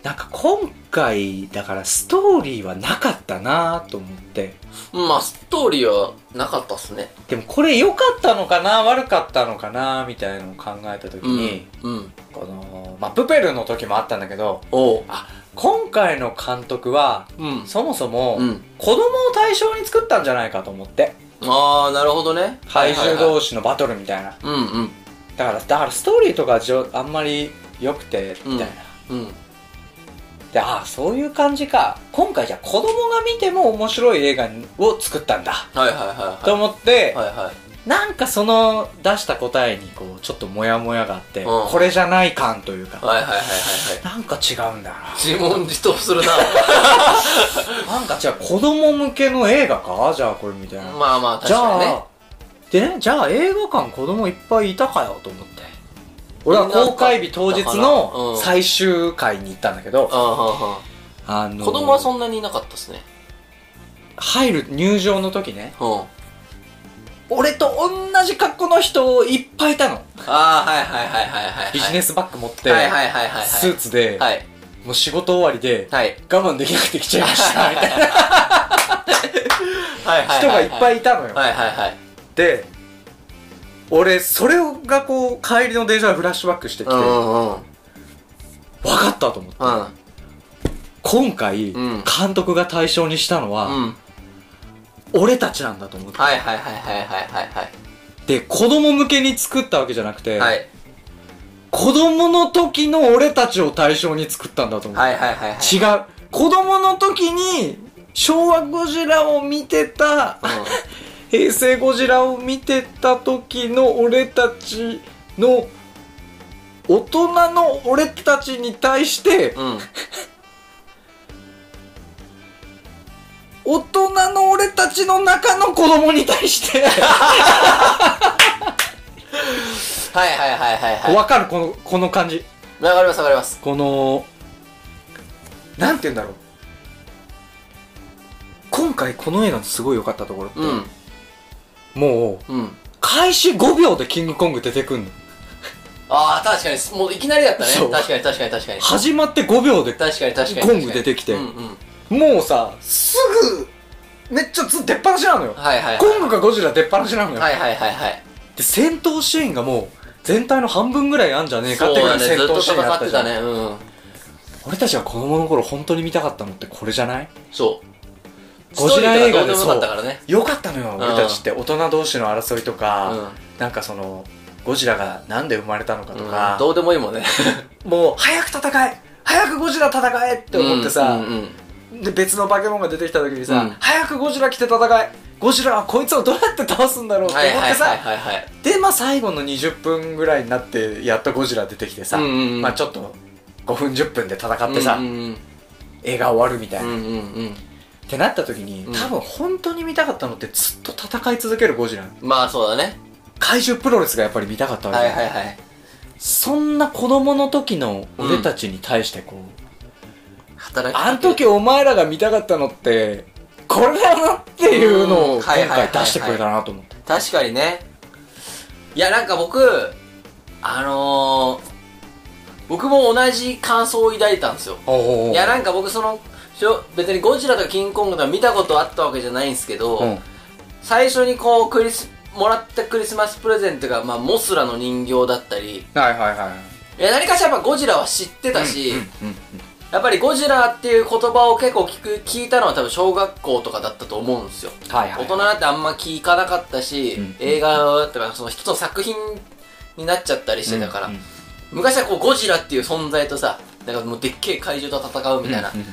Speaker 1: なんか今回だからストーリーはなかったなと思って
Speaker 2: まあ、ストーリーはなかったっすね。
Speaker 1: でもこれ良かったのかな悪かったのかなみたいなのを考えた時
Speaker 2: うん
Speaker 1: に、。
Speaker 2: うん。
Speaker 1: この、まあ、プペルの時もあったんだけど
Speaker 2: おう。あ、
Speaker 1: 今回の監督は
Speaker 2: うん。
Speaker 1: そもそも
Speaker 2: うん。
Speaker 1: 子供を対象に作ったんじゃないかと思って
Speaker 2: ああ、なるほどね。
Speaker 1: 怪獣同
Speaker 2: 士。
Speaker 1: 士のバトルみたいな
Speaker 2: うんうん。
Speaker 1: だからだからストーリーとかはじょあんまり良くてみたいな、
Speaker 2: うん。
Speaker 1: でああそういう感じか今回じゃあ子供が見ても面白い映画を作ったんだ、
Speaker 2: はいはいはい
Speaker 1: と
Speaker 2: は
Speaker 1: 思って、
Speaker 2: い。はいはい。
Speaker 1: なんかその出した答えにこうちょっとモヤモヤがあって、
Speaker 2: うん
Speaker 1: これじゃない感というか、
Speaker 2: はいはいはいはいはい。
Speaker 1: なんか違うんだよ
Speaker 2: 自問自答するな。
Speaker 1: ななんかじゃあ子供向けの映画かじゃあこれみたいな、
Speaker 2: まあまあ、確
Speaker 1: じゃ
Speaker 2: か
Speaker 1: あ
Speaker 2: にね。
Speaker 1: でねじゃあ映画館子供いっぱいいたかよと思って俺は公開日当日
Speaker 2: う
Speaker 1: の
Speaker 2: ん
Speaker 1: 最終回に行ったんだけど、
Speaker 2: ああはは
Speaker 1: あの
Speaker 2: 子供はそんなにいなかったっすね。
Speaker 1: 入る入場の時ね
Speaker 2: うん。
Speaker 1: 俺と同じ格好の人いっぱいいたの
Speaker 2: ああ、はいはいはいはいはいはい。
Speaker 1: ビジネ
Speaker 2: ス
Speaker 1: スバッグ持って、
Speaker 2: はいはいはいはいはい。
Speaker 1: スーツで、
Speaker 2: はい。
Speaker 1: もう仕事終わりで、
Speaker 2: はい。
Speaker 1: 我慢できなくて来ちゃいました、みたいな
Speaker 2: はいはい。
Speaker 1: 人がいっぱ
Speaker 2: い。
Speaker 1: いいたのよ。
Speaker 2: はいはいはい。
Speaker 1: で、俺、それがこう、帰りの電車でフラッシュバックしてき
Speaker 2: う
Speaker 1: て、
Speaker 2: ん
Speaker 1: 分
Speaker 2: うん
Speaker 1: かったと思って。
Speaker 2: う
Speaker 1: 今回、
Speaker 2: うん
Speaker 1: 監督が対象にしたのは、
Speaker 2: ん。うん。
Speaker 1: 俺たちなんだと思って。
Speaker 2: はいはいはいはいはいはいはい。
Speaker 1: で、子供向けに作ったわけじゃなくて、
Speaker 2: はい。
Speaker 1: 子供の時の俺たちを対象に作ったんだと思って。
Speaker 2: はいはいはいはい。
Speaker 1: 違う。子供の時に、昭和ゴジラを見てた、平成ゴジラを見てた時の俺たちの、大人の俺たちに対して、
Speaker 2: うん。うん。
Speaker 1: 大人の俺たちの中の子供に対 して、
Speaker 2: はいはいはいはいはい。
Speaker 1: わかるこの、この感じ。
Speaker 2: わかりますわかります。
Speaker 1: この、なんて言うんだろう。今回この映画のすごい良かったところって、
Speaker 2: うん。
Speaker 1: もう、
Speaker 2: うん。
Speaker 1: 開始5秒でキングコング出てくんの。
Speaker 2: ああ、確かに、もういきなりだったね
Speaker 1: そう。
Speaker 2: 確かに確かに確かに。
Speaker 1: 始まって5秒で、
Speaker 2: 確かに確かに確かに。
Speaker 1: ゴング出てきて
Speaker 2: うんうん。
Speaker 1: もうさ、すぐ、めっちゃず出っ放しなのよ。
Speaker 2: はいはいはい。
Speaker 1: コングかゴジラ出っ放しなのよ。
Speaker 2: はいはいはいはい。
Speaker 1: で、戦闘シーンがもう、全体の半分ぐらいあんじゃねえかってぐらい
Speaker 2: そうだね
Speaker 1: 戦
Speaker 2: ずっと
Speaker 1: 闘シーン
Speaker 2: 戦
Speaker 1: あっ
Speaker 2: ったて
Speaker 1: じゃ
Speaker 2: た
Speaker 1: ん、
Speaker 2: ね。うん。
Speaker 1: 俺たちが子供の頃本当に見たかったのってこれじゃない
Speaker 2: そう。
Speaker 1: ゴジラ映画で
Speaker 2: ストーリーとかどうでもよかったからね。
Speaker 1: よかったのよ、
Speaker 2: ん
Speaker 1: 俺たちって大人同士の争いと
Speaker 2: う
Speaker 1: か、
Speaker 2: ん。
Speaker 1: なんかその、ゴジラがなんで生まれたのかと
Speaker 2: うん
Speaker 1: か、
Speaker 2: どうでもい いもんね。
Speaker 1: もう早く戦え早くゴジラ戦えって思ってさ、
Speaker 2: うんうんうん
Speaker 1: で別の化け物が出てきた時にさ、
Speaker 2: うん
Speaker 1: 早くゴジラ来て戦えゴジラはこいつをどうやって倒すんだろうって
Speaker 2: はい
Speaker 1: 思っ
Speaker 2: はい
Speaker 1: てさ、
Speaker 2: はいはいはい。
Speaker 1: でまあ最後の20分ぐらいになってやっとゴジラ出てきてさ、
Speaker 2: うんうんうん
Speaker 1: まあちょっと5分10分で戦ってさ、
Speaker 2: うんうん
Speaker 1: 映画終わるみたいな、
Speaker 2: うんうんうん
Speaker 1: ってなった時に、
Speaker 2: うん
Speaker 1: 多分本当に見たかったのってずっと戦い続けるゴジラ
Speaker 2: うん。まあそうだね。
Speaker 1: 怪獣プロレスがやっぱり見たかったわけ、
Speaker 2: はいはいはい。
Speaker 1: そんな子供の時の俺たちに対してこう、
Speaker 2: 働きかけ
Speaker 1: あ
Speaker 2: る
Speaker 1: の時お前らが見たかったのってこれだよなっていうのを
Speaker 2: うん
Speaker 1: 今
Speaker 2: はいはいはいはい
Speaker 1: 回出してくれたなと思って
Speaker 2: 確かにね。いやなんか僕、あのー、僕も同じ感想を抱いたんですよ。
Speaker 1: おうおうおう
Speaker 2: いやなんか僕その、しょ別にゴジラとかキングコングとか見たことあったわけじゃないんですけど、
Speaker 1: うん
Speaker 2: 最初にこうクリスもらったクリスマスプレゼントが、まあ、モスラの人形だったり
Speaker 1: はいはいはい
Speaker 2: いや何かしらやっぱゴジラは知ってたし、
Speaker 1: うんうん
Speaker 2: やっぱりゴジラっていう言葉を結構聞く聞いたのは多分小学校とかだったと思うんですよ、
Speaker 1: はいはい
Speaker 2: 大人だってあんま聞かなかったし、
Speaker 1: うん
Speaker 2: 映画だってその一つの作品になっちゃったりしてたから、
Speaker 1: うんうん
Speaker 2: 昔はこうゴジラっていう存在とさなんかもうでっけえ怪獣と戦うみたいな、
Speaker 1: うんうん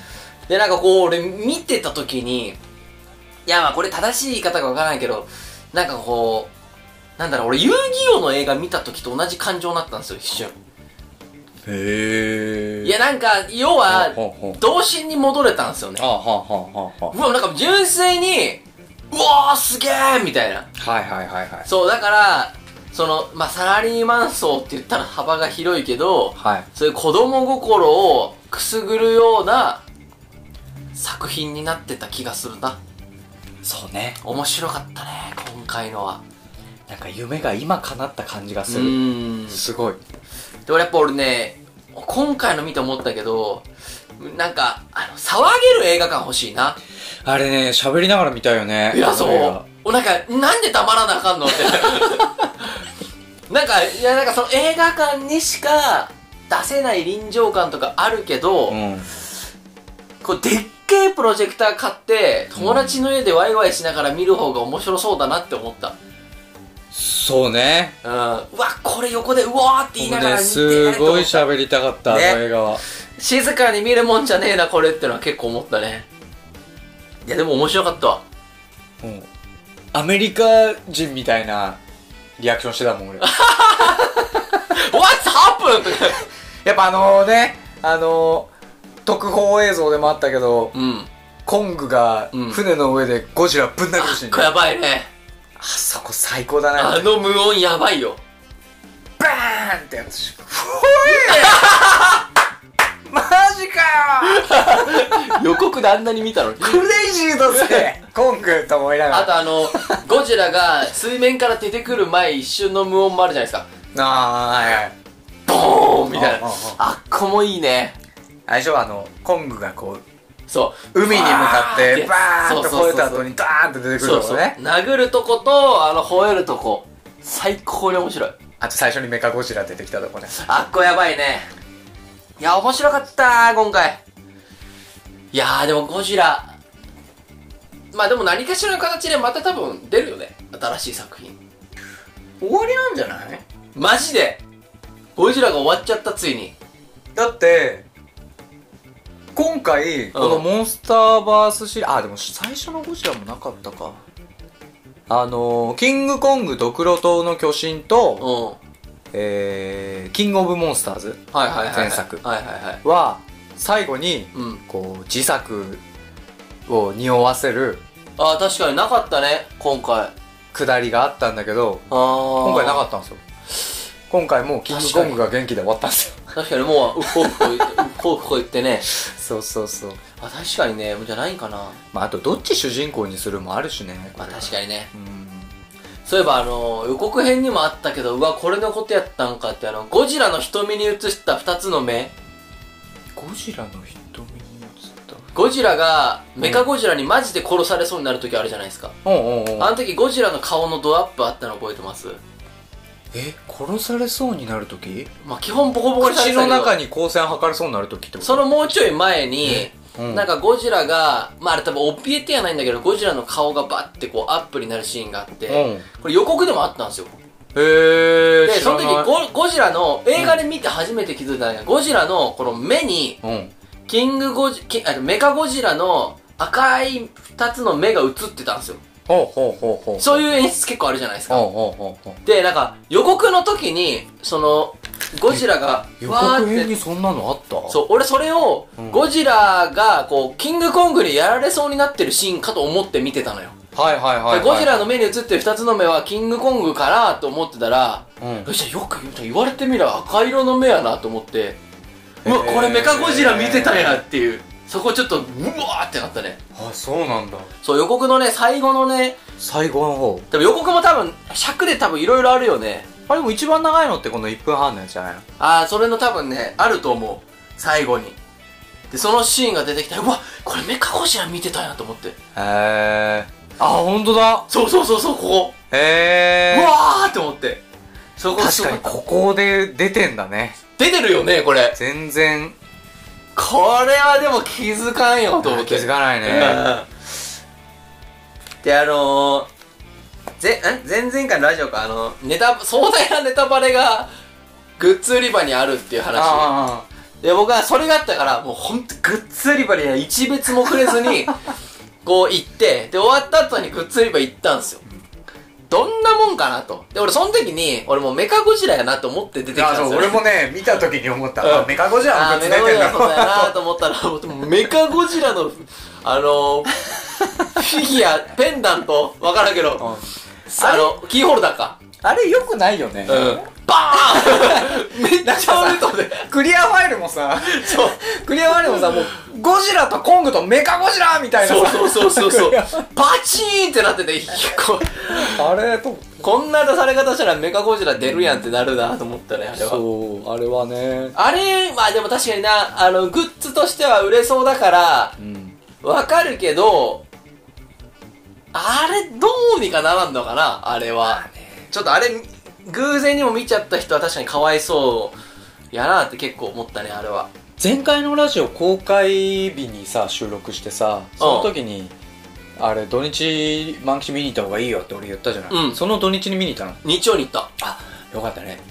Speaker 2: で、なんかこう、俺見てた時に、いや、まあこれ正しい言い方かわからないけど、なんかこう、なんだろう、俺遊戯王の映画見た時と同じ感情になったんですよ、一瞬。
Speaker 1: へえ
Speaker 2: いや、なんか、要
Speaker 1: ほうほ
Speaker 2: は
Speaker 1: う、
Speaker 2: 童心に戻れたんですよね
Speaker 1: あ。はあはあはあは
Speaker 2: うわ、なんか純粋に、うわーすげーみたいな。
Speaker 1: あはいはいはいはい
Speaker 2: そう、だから、その、まあ、サラリーマン層って言ったら幅が広いけど、
Speaker 1: はい
Speaker 2: そういう子供心をくすぐるような作品になってた気がするな。
Speaker 1: そうね
Speaker 2: 面白かったね、今回のは。
Speaker 1: なんか夢が今叶った感じが
Speaker 2: う
Speaker 1: する
Speaker 2: ーん。
Speaker 1: すごい
Speaker 2: で、俺やっぱ俺ね、今回の見て思ったけど、なんか、あの、騒げる映画館欲しいな。
Speaker 1: あれね喋りながら見たよね
Speaker 2: いや、そ
Speaker 1: あれが
Speaker 2: う。おなんか、なんで黙らなあかんの って。なんか、いや、なんかその映画館にしか出せない臨場感とかあるけど、
Speaker 1: うん
Speaker 2: こう、でっけえプロジェクター買って、友達の家でワイワイしながら見る方が面白そうだなって思った。
Speaker 1: そうね
Speaker 2: うん。うわ、これ横で、うわーって言いながら
Speaker 1: ね
Speaker 2: 見て
Speaker 1: す
Speaker 2: やれと思
Speaker 1: ご
Speaker 2: っ
Speaker 1: い
Speaker 2: た
Speaker 1: 喋りたかった、
Speaker 2: ね
Speaker 1: あの映画は
Speaker 2: 静かに見るもんじゃねえな、これってのは結構思ったね。いや、でも面白かったわ。
Speaker 1: もうアメリカ人みたいなリアクションしてたもん俺
Speaker 2: What's happened? とか。
Speaker 1: やっぱあのねあの特報映像でもあったけど、
Speaker 2: うん。
Speaker 1: コングが
Speaker 2: うん
Speaker 1: 船の上でゴジラぶん殴るシーン、
Speaker 2: これやばいね。
Speaker 1: あそこ最高だ
Speaker 2: あ
Speaker 1: ね
Speaker 2: の無音やばいよ。
Speaker 1: バーンってやつふおい マジかよ
Speaker 2: 予告であんなに見たのに。
Speaker 1: クレイジーだぜコングと思いなが
Speaker 2: あ
Speaker 1: ら
Speaker 2: とあの、ゴジラが水面から出てくる前一瞬の無音もあるじゃないですか。
Speaker 1: ああはいはい
Speaker 2: ボーンみたいな
Speaker 1: あああ。
Speaker 2: あっこもいいね。
Speaker 1: 相性はあのコングがこう
Speaker 2: そう。
Speaker 1: 海に向かってバーンと
Speaker 2: そうそうそう
Speaker 1: 吠えた後にダーンって出てくる
Speaker 2: そ
Speaker 1: と
Speaker 2: うそ
Speaker 1: こ
Speaker 2: う。
Speaker 1: ね
Speaker 2: 殴るとこと、あの、吠えるとこ。最高に面白い。
Speaker 1: あと最初にメカゴジラ出てきたとこね
Speaker 2: あっこやばいね。いや、面白かった今回。いやー、でもゴジラ。まあでも何かしらの形でまた多分出るよね。新しい作品。
Speaker 1: 終わりなんじゃない
Speaker 2: マジでゴジラが終わっちゃったついに
Speaker 1: だって今回このモンスターバースシリーズあでも最初のゴジラもなかったかあのー、キングコングドクロ島の巨神
Speaker 2: うん
Speaker 1: と、
Speaker 2: は
Speaker 1: えー、キングオブモンスターズ
Speaker 2: いはいはい
Speaker 1: 前作
Speaker 2: はいはいはい
Speaker 1: は最後に
Speaker 2: うん
Speaker 1: こう自作を匂わせる
Speaker 2: あー確かになかったね今回あ
Speaker 1: くだりがあったんだけど
Speaker 2: あ
Speaker 1: 今回なか
Speaker 2: っ
Speaker 1: ったんですよ今回もうキングコングが元気で終わったんですよ
Speaker 2: た確かにもううっこうっこ言ってうっこうっこ言ってね
Speaker 1: そうそうそう
Speaker 2: あ確かにねじゃないかな
Speaker 1: まああとどっち主人公にするもあるしね
Speaker 2: まあ確かにね
Speaker 1: にうん
Speaker 2: そういえばあのー予告編にもあったけどうわこれのことやったんかってあのゴジラの瞳に映した2つの目
Speaker 1: ゴジラの瞳に映った
Speaker 2: ゴジラがメカゴジラにマジで殺されそうになる時あるじゃないですか、
Speaker 1: おうおうお
Speaker 2: あ
Speaker 1: う
Speaker 2: の時ゴジラの顔のドアップあったの覚えてます
Speaker 1: え殺されそうになる時
Speaker 2: まあ基本ボコボコにさ
Speaker 1: 口
Speaker 2: れて
Speaker 1: の
Speaker 2: たけど
Speaker 1: 中に光線測れそうになる時ってこと
Speaker 2: そのもうちょい前に、
Speaker 1: うん
Speaker 2: なんかゴジラが、まああれ多分オピエテやないんだけど、ゴジラの顔がバッてこうアップになるシーンがあって、
Speaker 1: うん
Speaker 2: これ予告でもあったんですよ。
Speaker 1: へえ
Speaker 2: で、その時ゴゴジラの、映画で見て初めて気づいたんだけど、ゴジラのこの目に、
Speaker 1: うん
Speaker 2: キングゴジ、キあメカゴジラの赤い二つの目が映ってたんですよ。
Speaker 1: ほうほうほうほう
Speaker 2: そういう演出結構あるじゃないです
Speaker 1: ほう
Speaker 2: か。
Speaker 1: ほうほうほう
Speaker 2: で、なんか予告の時に、その、ゴジラが、
Speaker 1: 予
Speaker 2: わーっ
Speaker 1: 告
Speaker 2: て
Speaker 1: 編にそんなのあった
Speaker 2: そう、俺それを
Speaker 1: うん、
Speaker 2: ゴジラが、こう、キングコングにやられそうになってるシーンかと思って見てたのよ。
Speaker 1: はいはいはいはい
Speaker 2: でゴジラの目に映ってる二つの目は、キングコングかなと思ってたら、
Speaker 1: うん
Speaker 2: よしよく言われてみれば赤色の目やなと思って、うわ、
Speaker 1: へー
Speaker 2: これメカゴジラ見てたんやっていう、そこちょっと、うわーってなったね。
Speaker 1: あそうなんだ
Speaker 2: そう、予告のね、最後のね、
Speaker 1: 最後の方
Speaker 2: 多分予告も多分、尺で多分いろいろあるよね。
Speaker 1: あれも一番長いのってこの1分半のやつじゃないの
Speaker 2: ああ、それの多分ね、あると思う。最後に。で、そのシーンが出てきたら、うわ、これメカゴジラ見てたんやと思って。
Speaker 1: へえあ本当だ
Speaker 2: そうそうそうそう、ここ。
Speaker 1: へ
Speaker 2: う
Speaker 1: え
Speaker 2: わーって思って。そこ
Speaker 1: 確かにここで出てんだね
Speaker 2: 出てるよね、これ。
Speaker 1: 全然
Speaker 2: これはでも気づかんよ、と思っ
Speaker 1: 気
Speaker 2: て。
Speaker 1: づかないね
Speaker 2: うんで、あのー、ぜ、ん前々回のラジオか、あのネタ、壮大なネタバレが、グッズ売り場にあるっていう話。
Speaker 1: あ
Speaker 2: で僕はそれがあったからもうほんとグッズ売り場にね一別もくれずにこう行ってで終わった後にグッズ売り場行ったんですよどんなもんかなとで俺その時に俺もうメカゴジラやなと思って出てきたん
Speaker 1: あ
Speaker 2: ですよ、
Speaker 1: そう俺もね見た時に思った、
Speaker 2: うん
Speaker 1: あメカゴジラ
Speaker 2: あ
Speaker 1: の
Speaker 2: ー
Speaker 1: グ
Speaker 2: メ
Speaker 1: ッズ
Speaker 2: カ
Speaker 1: 出てんだ
Speaker 2: ゴジラそうだよなと思ったらもうメカゴジラのあのーフィギュアペンダントわからんけど、
Speaker 1: うん
Speaker 2: あのキーホルダーか
Speaker 1: あれよくないよね、
Speaker 2: うんバーン めっちゃ俺とで
Speaker 1: クリアファイルもさ
Speaker 2: そう
Speaker 1: クリアファイルもさもうゴジラとコングとメカゴジラみたいな
Speaker 2: そう
Speaker 1: さ
Speaker 2: そうそうそうそうパチーンってなっててこ
Speaker 1: あれと
Speaker 2: こんな出され方したらメカゴジラ出るやんってなるなと思ったねあれは
Speaker 1: そうあれはね
Speaker 2: あれまあでも確かになあのグッズとしては売れそうだから
Speaker 1: うん
Speaker 2: わかるけどあれどうにかならんのかなあれはちょっとあれ偶然にも見ちゃった人は確かにかわいそうやなって結構思ったねあれは
Speaker 1: 前回のラジオ公開日にさ収録してさその時にあれ土日満喫見に行った方がいいよって俺言ったじゃない、
Speaker 2: うん
Speaker 1: その土日に見に行ったの
Speaker 2: 日曜に行った
Speaker 1: あよかったね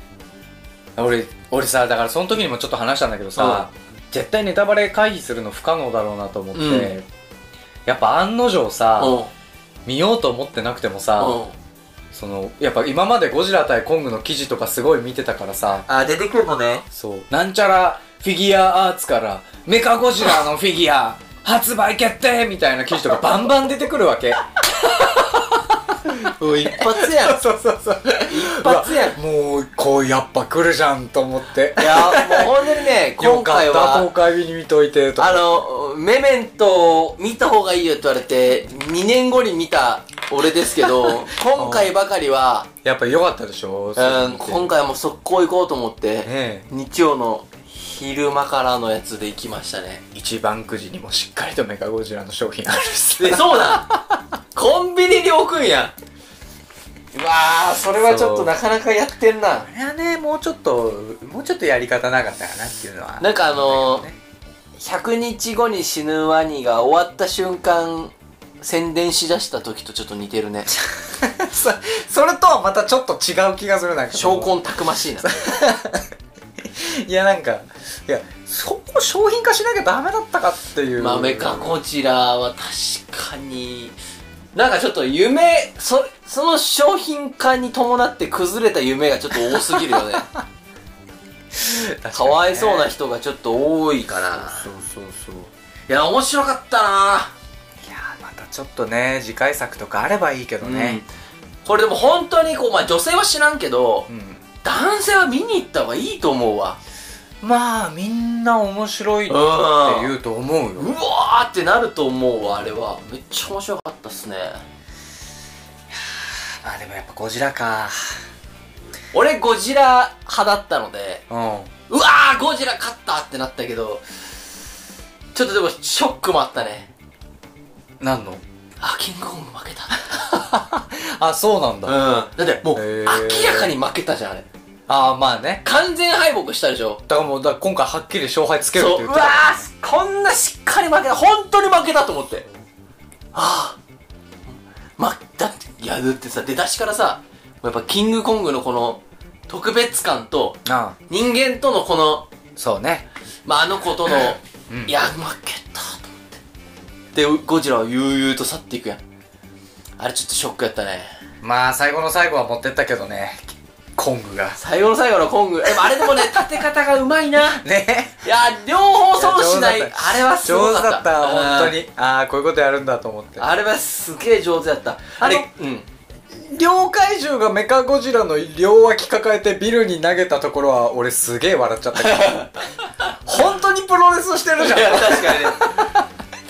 Speaker 1: 俺俺さだからその時にもちょっと話したんだけどさ、絶対ネタバレ回避するの不可能だろうなと思って、
Speaker 2: うん
Speaker 1: やっぱ案の定さ、
Speaker 2: うんうん
Speaker 1: 見ようと思ってなくてもさ、そのやっぱ今までゴジラ対コングの記事とかすごい見てたからさ
Speaker 2: あ出てくるのね
Speaker 1: そうなんちゃらフィギュアアーツからメカゴジラのフィギュア発売決定みたいな記事とかバンバン出てくるわ け
Speaker 2: 一発やん
Speaker 1: そうそうそう
Speaker 2: 一発やん
Speaker 1: もうこうやっぱ来るじゃんと思って
Speaker 2: いやもう本当に ね今回
Speaker 1: よかった公
Speaker 2: は
Speaker 1: 開日に見といてと
Speaker 2: あのメメントを見た方がいいよって言われて2年後に見た俺ですけ ど今回ばかりは、
Speaker 1: やっぱ良かったでしょ
Speaker 2: うん、今回はもう速攻行こうと思って、
Speaker 1: ねえ
Speaker 2: 日曜の昼間からのやつで行きましたね
Speaker 1: 一番くじにもしっかりとメカゴジラの商品あるし
Speaker 2: でそうだ コンビニに置くんやうわーそれはちょっとなかなかやってんな
Speaker 1: あれはねもうちょっともうちょっとやり方なかったかなっていうのは
Speaker 2: なんかあのー100日後に死ぬワニが終わった瞬間宣伝しだした時とちょっと似てる ね
Speaker 1: そそれとはまたちょっと違う気がするなんか
Speaker 2: 証拠たくまし いな
Speaker 1: いやなんかいやそこ商品化しなきゃダメだったかっていう
Speaker 2: まあメカゴジラは確かになんかちょっと夢そその商品化に伴って崩れた夢がちょっと多すぎるよ ね
Speaker 1: 確かにね
Speaker 2: かわいそうな人がちょっと多いかな
Speaker 1: そうそうそう
Speaker 2: いや面白かったない
Speaker 1: やまたちょっとね次回作とかあればいいけどね
Speaker 2: これでも本当にこう、まあ、女性は知らんけど
Speaker 1: うん
Speaker 2: 男性は見に行った方がいいと思うわ
Speaker 1: まあみんな面白いって言うと思うよ
Speaker 2: うわーってなると思うわあれはめっちゃ面白かったっすね
Speaker 1: あでもやっぱゴジラか
Speaker 2: 俺ゴジラ派だったので
Speaker 1: うん
Speaker 2: うわーゴジラ勝ったってなったけどちょっとでもショックもあったね
Speaker 1: 何の
Speaker 2: あキングコング負けた
Speaker 1: あそうなんだ、
Speaker 2: うんだってもう
Speaker 1: へ
Speaker 2: 明
Speaker 1: ー
Speaker 2: らかに負けたじゃんあれ
Speaker 1: ああまあね
Speaker 2: 完全敗北したでしょ
Speaker 1: だからもうだから今回はっきり勝敗つけるって
Speaker 2: そう
Speaker 1: 言
Speaker 2: う
Speaker 1: っ
Speaker 2: わ
Speaker 1: てた
Speaker 2: ーこんなしっかり負けた本当に負けたと思ってああまだっていやだってさ出だしからさやっぱキングコングのこの特別感と
Speaker 1: ああ
Speaker 2: 人間とのこの、
Speaker 1: そうね
Speaker 2: まあ、あの子との、
Speaker 1: うん
Speaker 2: いや負けたと思ってでゴジラは悠々と去っていくやんあれちょっとショックやったね
Speaker 1: まあ最後の最後は持ってったけどねコングが
Speaker 2: 最後の最後のコングでもあれで もね立て方がうまいない
Speaker 1: ね
Speaker 2: や両方損しない
Speaker 1: いや上手だった
Speaker 2: あれはすご
Speaker 1: 上
Speaker 2: か
Speaker 1: 手
Speaker 2: った
Speaker 1: だった
Speaker 2: うん
Speaker 1: 本当にああこういうことやるんだと思って
Speaker 2: あれはすげえ上手だった。あれ
Speaker 1: あ、
Speaker 2: うん。
Speaker 1: 両怪獣がメカゴジラの両脇抱えてビルに投げたところは俺すげえ笑っちゃっ たけど本当にプロレスしてる
Speaker 2: い
Speaker 1: じゃん
Speaker 2: や、確かにね。だか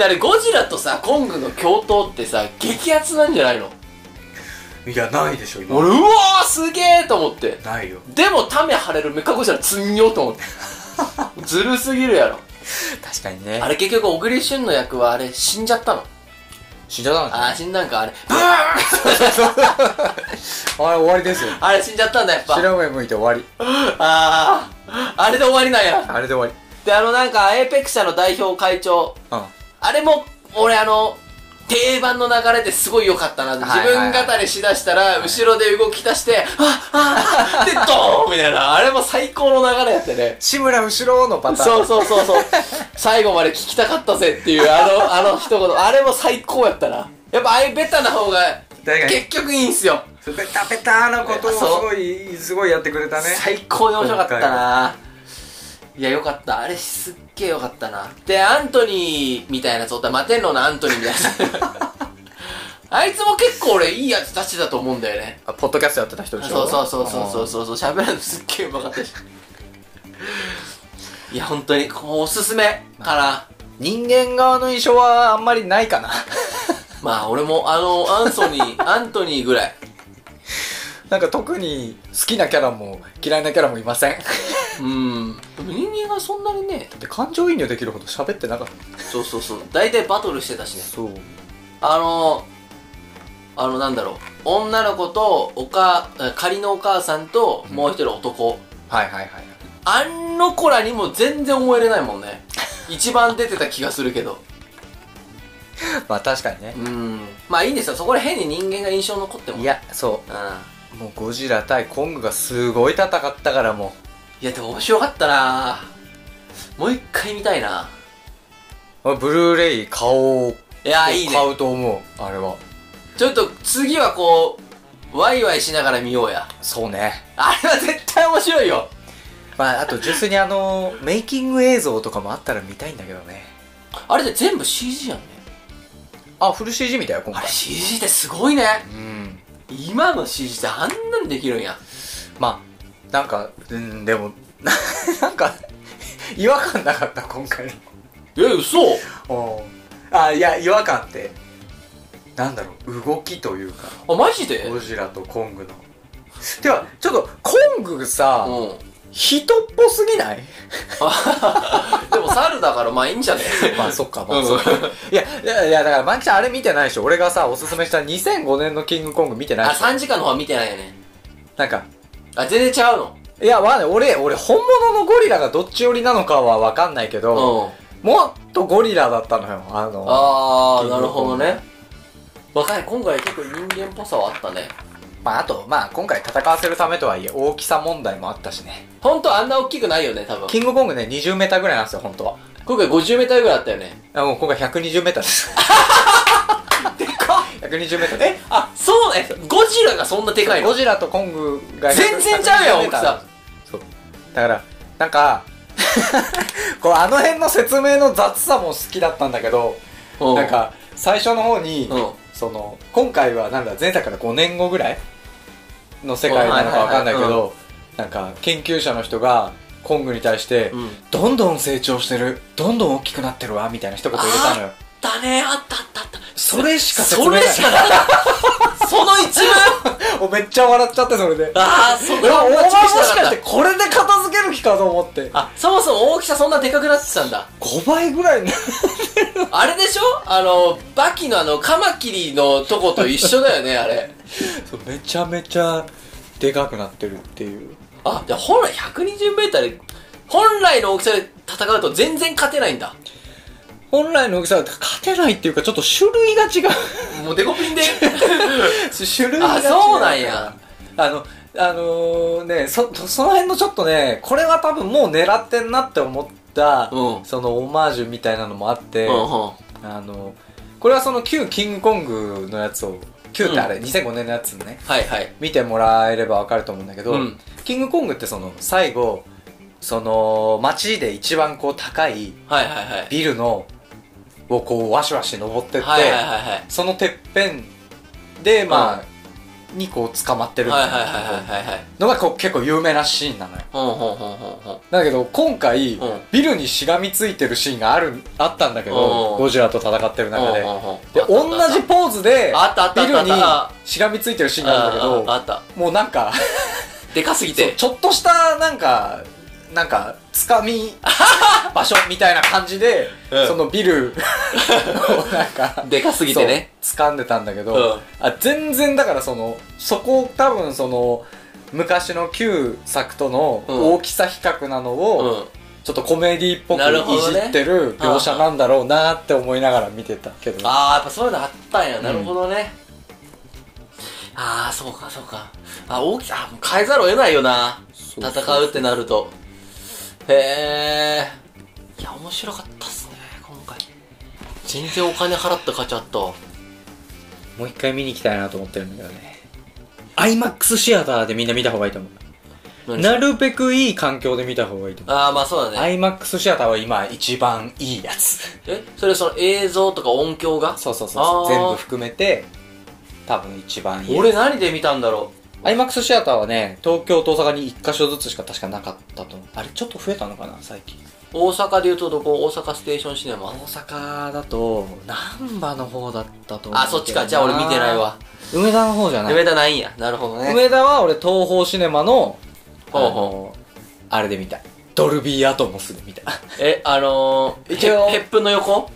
Speaker 2: らゴジラとさ、コングの共闘ってさ、激アツなんじゃないの
Speaker 1: いやないでしょ
Speaker 2: 俺、うわーすげえと思って。
Speaker 1: ないよ
Speaker 2: でも、ため張れるメカゴジラ積んようと 思って。ずるすぎるやろ。
Speaker 1: 確かにね
Speaker 2: あれ結局、小栗旬の役はあれ、死んじゃったの。
Speaker 1: 死んじゃったん
Speaker 2: あー、死んだんか、あれ。
Speaker 1: あれ終わりですよ
Speaker 2: あれ死んじゃったんだ、やっぱ。
Speaker 1: 白目向いて終わり
Speaker 2: あー、あれで終わりなんや。
Speaker 1: あれで終わ
Speaker 2: で、あのなんか、エーペック社の代表会長、
Speaker 1: りうん
Speaker 2: あれも、俺あの、定番の流れですごい良かったなって、
Speaker 1: はいはいはい
Speaker 2: 自分語りしだしたら、後ろで動き出して、あああで、ドーンみたいな、あれも最高の流れやってね。
Speaker 1: 志村後ろのパターン
Speaker 2: そうそうそうそう。最後まで聞きたかったぜっていう、あの、あの一言。あれも最高やったな。やっぱああいうベタな方が、
Speaker 1: 確かに
Speaker 2: 結局いいんすよ。
Speaker 1: ペタペタなことをすごいすごいやってくれたね
Speaker 2: 最高に面白かったないやよかったあれすっげえよかったなでアントニーみたいなやつおったらマテンロウのアントニーみたい なあいつも結構俺いいやつ出してたと思うんだよね
Speaker 1: あポッドキャストやってた人でし
Speaker 2: そ
Speaker 1: ょ
Speaker 2: うそうそうそうそうそうそう喋るのすっげえうまかったしいや本当にこうおすすめかな
Speaker 1: 人間側の印象はあんまりないか な
Speaker 2: まあ俺もあのアンソニ ーアントニーぐらい
Speaker 1: なんか特に好きなキャラも嫌いなキャラもいません
Speaker 2: うんでも人間がそんなにね
Speaker 1: で感情移入できるほど喋ってなかった
Speaker 2: そうそうそう大体バトルしてたしね
Speaker 1: そう
Speaker 2: あのあのなんだろう女の子とおか仮のお母さんともう一人男、
Speaker 1: はいはいはい
Speaker 2: あの子らにも全然思えれないもん ね一番出てた気がするけど
Speaker 1: まあ確かにね
Speaker 2: うんまあいいんですよそこら変に人間が印象残っても
Speaker 1: いやそ
Speaker 2: うん
Speaker 1: うもうゴジラ対コングがすごい戦ったからも
Speaker 2: いやでも面白かったなもう一回見たいな
Speaker 1: う俺ブルーレイ買おう
Speaker 2: いやいいね
Speaker 1: 買うと思うあれは
Speaker 2: ちょっと次はこうワイワイしながら見ようや
Speaker 1: そうね
Speaker 2: あれは絶対面白いよ
Speaker 1: まああと純粋にあのメイキング映像とかもあったら見たいんだけどね
Speaker 2: あれで全部 CG やんね
Speaker 1: あフル CG みたいよ今
Speaker 2: あ
Speaker 1: 回
Speaker 2: れ CG ってすごいね
Speaker 1: うん
Speaker 2: 今の CG ってあんなんできるんや
Speaker 1: まあなんかうんでもな なんか違和感なかった今回
Speaker 2: え嘘
Speaker 1: のあいや違和感ってなんだろう動きというか
Speaker 2: あマジで
Speaker 1: ゴジラとコングのではちょっとコングさ、
Speaker 2: うん
Speaker 1: 人っぽすぎない
Speaker 2: でも猿だから まあいいんじゃね
Speaker 1: まあそっかま
Speaker 2: う
Speaker 1: あ
Speaker 2: ん
Speaker 1: そっか、いやいやいやだからマキちゃんあれ見てないでしょ俺がさおすすめした2005年のキングコング見てない
Speaker 2: あ
Speaker 1: でしょ
Speaker 2: 3時間の方は見てないよね
Speaker 1: なんか
Speaker 2: あ全然ちゃうの
Speaker 1: いや、わかんない。俺、俺、本物のゴリラがどっち寄りなのかはわかんないけど、
Speaker 2: うん
Speaker 1: もっとゴリラだったのよ。あの、
Speaker 2: あ
Speaker 1: キ
Speaker 2: あ
Speaker 1: ングコング
Speaker 2: なるほどね若い今回結構人間っぽさはあったね
Speaker 1: まあ、あと、まあ、今回戦わせるためとはいえ、大きさ問題もあったしね。
Speaker 2: 本当あんな大きくないよね多分
Speaker 1: キングコングね、20メーターぐらいなんですよ、本当は。
Speaker 2: 今回 50m ぐらいあったよね
Speaker 1: あもう今回120メーターです。
Speaker 2: でかっ
Speaker 1: 120メーター
Speaker 2: えあそうねゴジラがそんなでかいの
Speaker 1: ゴジラとコングが
Speaker 2: 全然ちゃうやん大きさ
Speaker 1: そう。だから、なんか、 こう、あの辺の説明の雑さも好きだったんだけど、
Speaker 2: う
Speaker 1: なんか、最初の方に、
Speaker 2: うん
Speaker 1: その今回はなんだ前作から5年後ぐらいの世界なのかわかんないけ
Speaker 2: はいはいは
Speaker 1: どなんか研究者の人がコングに対して、
Speaker 2: うん
Speaker 1: どんどん成長してるどんどん大きくなってるわみたいな一言入れたのよ
Speaker 2: だねあったあったあった
Speaker 1: それしか説
Speaker 2: そ
Speaker 1: 明な
Speaker 2: れ
Speaker 1: い
Speaker 2: しかなかったその 一文
Speaker 1: おめっちゃ笑っちゃってそれで
Speaker 2: ああそ
Speaker 1: いやお
Speaker 2: ん
Speaker 1: 前も
Speaker 2: な
Speaker 1: し
Speaker 2: 注意な
Speaker 1: か
Speaker 2: か
Speaker 1: し
Speaker 2: ってた
Speaker 1: これで片付ける気かと思って
Speaker 2: あそもそも大きさそんなでかくなってたん だ
Speaker 1: 5倍ぐらいに
Speaker 2: あれでしょあのバキのあのカマキリのとこと一緒だよねあれ
Speaker 1: そうめちゃめちゃでかくなってるっていう
Speaker 2: あじゃあ本来 120m で本来の大きさで戦うと全然勝てないんだ
Speaker 1: 本来の大きさは勝てないっていうかちょっと種類が違う
Speaker 2: もうデコピン で
Speaker 1: 種類が違
Speaker 2: あ
Speaker 1: う
Speaker 2: そうなんや
Speaker 1: あのあのねそその辺のちょっとねこれは多分もう狙ってんなって思った、
Speaker 2: うん
Speaker 1: そのオマージュみたいなのもあって、
Speaker 2: うんうん
Speaker 1: あのこれはその旧キングコングのやつを旧ってあれ、
Speaker 2: う
Speaker 1: 2005年のやつね
Speaker 2: はいはい
Speaker 1: 見てもらえればわかると思うんだけど、
Speaker 2: うん
Speaker 1: キングコングってその最後その街で一番こう高い
Speaker 2: はいはいはい
Speaker 1: ビルのをこうワシワシ登ってって、
Speaker 2: はいはいはいはい
Speaker 1: そのてっぺんで、まあ、にこう捕まってるみ
Speaker 2: は
Speaker 1: た
Speaker 2: い
Speaker 1: いな
Speaker 2: はいはいはいはい
Speaker 1: のがこう結構有名なシーンなのよ。
Speaker 2: ほんほんほんほんほん
Speaker 1: だけど今回、
Speaker 2: うん
Speaker 1: ビルにしがみついてるシーンがある、あったんだけ
Speaker 2: う
Speaker 1: ど、
Speaker 2: ん
Speaker 1: ゴジラと戦ってる
Speaker 2: うん
Speaker 1: 中で。
Speaker 2: うんうん
Speaker 1: で、同
Speaker 2: あったあ
Speaker 1: じ
Speaker 2: っ
Speaker 1: ポーズで
Speaker 2: あったあっ、た
Speaker 1: ビ
Speaker 2: あった
Speaker 1: ル
Speaker 2: あった
Speaker 1: にしがみついてるシーン
Speaker 2: た
Speaker 1: があるんだ
Speaker 2: あああ
Speaker 1: け
Speaker 2: った
Speaker 1: ど、もうなんか、
Speaker 2: でかすぎ
Speaker 1: そう
Speaker 2: て
Speaker 1: ちょっとしたなんか、なんか、つか み場所みたいな感じで、
Speaker 2: うん
Speaker 1: そのビルをなんか、
Speaker 2: でかすぎてね
Speaker 1: そう掴んでたんだけど、
Speaker 2: うん
Speaker 1: あ全然だからそのそこ多分その昔の旧作との
Speaker 2: うん
Speaker 1: 大きさ比較なのを、
Speaker 2: うん
Speaker 1: ちょっとコメディっぽくい
Speaker 2: なるほど
Speaker 1: じ
Speaker 2: ね
Speaker 1: ってる描写なんだろうなって思いながら見てたけど、
Speaker 2: ああやっぱそういうのあったんや、
Speaker 1: ん
Speaker 2: なるほどねああそうかそうかあ大きさあもう変えざるを得ないよな
Speaker 1: そうそう
Speaker 2: 戦うってなるとへえいや面白かったっすね今回全然お金払った価値あったわ
Speaker 1: もう一回見に行きたいなと思ってるんだけどね IMAX シアターでみんな見た方がいいと思う
Speaker 2: 何
Speaker 1: なるべくいい環境で見た方がいいと思う
Speaker 2: ああまあそうだね、
Speaker 1: IMAX シアターは今一番いいやつ
Speaker 2: えそれその映像とか音響が
Speaker 1: そうそうそうそう
Speaker 2: あー
Speaker 1: 全部含めて多分一番いい
Speaker 2: 俺何で見たんだろ
Speaker 1: IMAX シアターはね東京と大阪に一箇所ずつしか確かなかったと思うあれちょっと増えたのかな最近
Speaker 2: う大阪でいうとどこ大阪ステーションシネマ
Speaker 1: 大阪だと難波の方だったと思うけどな
Speaker 2: あそっちかじゃあ俺見てないわ
Speaker 1: 梅田の方じゃない
Speaker 2: 梅田ないんやなるほどね
Speaker 1: 梅田は俺東宝シネマのあ
Speaker 2: ほう
Speaker 1: の
Speaker 2: ほ
Speaker 1: あれで見たドルビーアトモスで見た
Speaker 2: えあのー、
Speaker 1: 一応
Speaker 2: へっぷんの横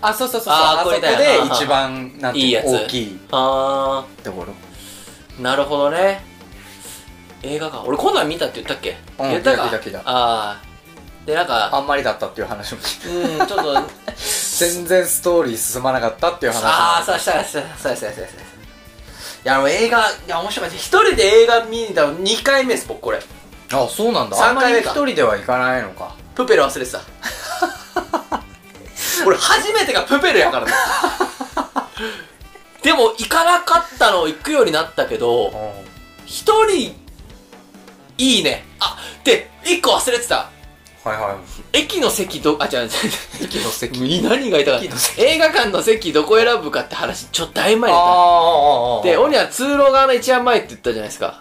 Speaker 1: あそうそうそう
Speaker 2: そう
Speaker 1: あ
Speaker 2: あ
Speaker 1: そ
Speaker 2: そ
Speaker 1: こ
Speaker 2: こ
Speaker 1: で
Speaker 2: で
Speaker 1: 一番なんて
Speaker 2: い
Speaker 1: いう
Speaker 2: いやつ
Speaker 1: の大きい
Speaker 2: あ
Speaker 1: ところ
Speaker 2: ーなるほどね映画か俺こんなん見たって言ったっけ、
Speaker 1: うん
Speaker 2: 言ったか
Speaker 1: 聞いた聞いた聞いた
Speaker 2: あーでなんか
Speaker 1: あんまりだったっていう話も聞いた
Speaker 2: うんちょっ と
Speaker 1: 全然ストーリー進まなかったっていう話も
Speaker 2: ああそうしたそうしたそうしたそうしたそうしたいやあの映画いや面白かった一人で映画見に行ったの2回目です僕これ
Speaker 1: あそうなんだあん
Speaker 2: 三
Speaker 1: ま
Speaker 2: 回
Speaker 1: り
Speaker 2: 目
Speaker 1: 一
Speaker 2: か
Speaker 1: 人では行かないのか
Speaker 2: プペル忘 れてた俺初めてがプペルやからねでも行かなかったの行くようになったけど、
Speaker 1: は
Speaker 2: 一人、いいね。あ、で、一個忘れてた。
Speaker 1: いは
Speaker 2: 駅の席ど、あ、違う 違う違
Speaker 1: い駅の席
Speaker 2: う。何がいたかっ
Speaker 1: 駅の
Speaker 2: た映画館の席どこ選ぶかって話、ちょっとだいぶ
Speaker 1: あ
Speaker 2: 前だっ
Speaker 1: あ
Speaker 2: た。
Speaker 1: で
Speaker 2: で、オニは通路側の一番前って言ったじゃないですか。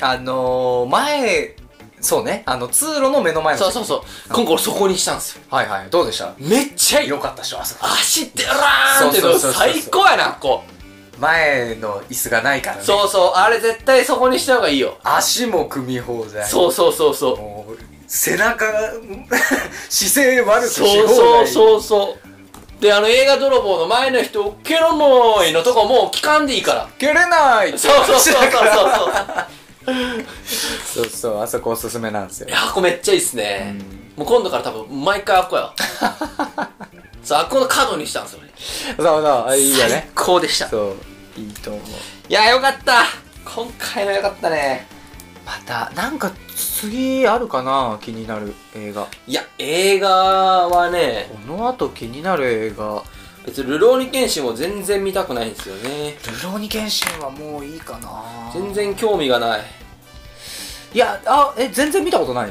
Speaker 1: あのー、前そうねあの通路の目の前の
Speaker 2: そうそう
Speaker 1: う
Speaker 2: そう。今回俺そこにしたんですよ。
Speaker 1: はいはいどうでした
Speaker 2: めっちゃいい。
Speaker 1: よかったっしょあそこ
Speaker 2: 走ってらーんっての
Speaker 1: そうそうそうそう
Speaker 2: 最高やな、こ
Speaker 1: 前の椅子がないから
Speaker 2: う。
Speaker 1: ね
Speaker 2: そうそう、あれ絶対そこにした方がいいよ。
Speaker 1: 足も組み放題
Speaker 2: そうそうそうそう。
Speaker 1: もう背中 姿勢悪くし放
Speaker 2: そう
Speaker 1: 題
Speaker 2: そうそうそう。で、あの映画泥棒の前の人、ケロノイのとこもう聞かんでいいから。
Speaker 1: 蹴れないって
Speaker 2: そうそうそうそうそう
Speaker 1: 話だから
Speaker 2: そう。
Speaker 1: そうそうあそこおすすめなんですよ
Speaker 2: いや、あこめっちゃいいっすね。もう今度から多分、毎回あっこやわ。そう、あっこの角にしたんですよね。
Speaker 1: そうそういいよ
Speaker 2: 最
Speaker 1: ね
Speaker 2: 高でした。い
Speaker 1: そういいと思う
Speaker 2: や、よかった今回のよかったね。
Speaker 1: またなんか次あるかな気になる映画
Speaker 2: いや、映画はね、
Speaker 1: この後気になる映画
Speaker 2: 別に、ルローニケンシンも全然見たくないんですよね。
Speaker 1: 「ルローニケンシン」はもういいかな
Speaker 2: 全然興味がない。
Speaker 1: いやあえ全然見たことない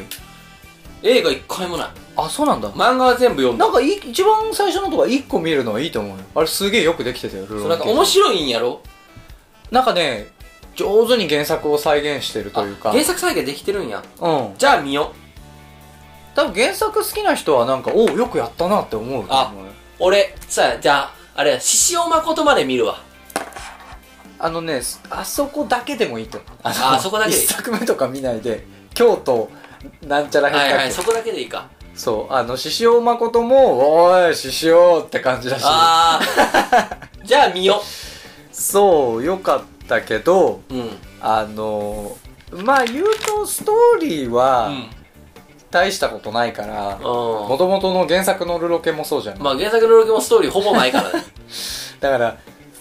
Speaker 2: 映画一回もない。
Speaker 1: あそうなんだ
Speaker 2: 漫画は全部読んだ。
Speaker 1: なんかい一番最初のとか1個見るのはいいと思うよあれすげえよくできてたよル
Speaker 2: そ
Speaker 1: ロ
Speaker 2: う
Speaker 1: ー
Speaker 2: なん
Speaker 1: ニ
Speaker 2: か
Speaker 1: ケンシン
Speaker 2: 面白いんやろ
Speaker 1: なんかね上手に原作を再現してるというか
Speaker 2: あ
Speaker 1: うん
Speaker 2: 原作再現できてるんや。
Speaker 1: 多
Speaker 2: じゃあ見よう。
Speaker 1: 分原作好きな人はなんかおおよくやったなって思うよ
Speaker 2: あ俺、さあ、じゃあ、あれ、獅子王誠まで見るわ。
Speaker 1: あのねすあそこだけでもいいと思う
Speaker 2: あ
Speaker 1: の
Speaker 2: そこだけ
Speaker 1: 一作目とか見ないで京都なんちゃら変化
Speaker 2: は
Speaker 1: 球、
Speaker 2: いはい、そこだけでいいか。
Speaker 1: そうあの獅子王誠もおーい獅子王って感じらしい
Speaker 2: あ あ。じゃあ見よ
Speaker 1: そうよかったけど
Speaker 2: う。うん。うん。
Speaker 1: あのまあ言うとストーリーは大したことないから、もともとの原作のルロケもそうじゃん、
Speaker 2: まあ原作のロケもストーリーほぼない からね。
Speaker 1: だから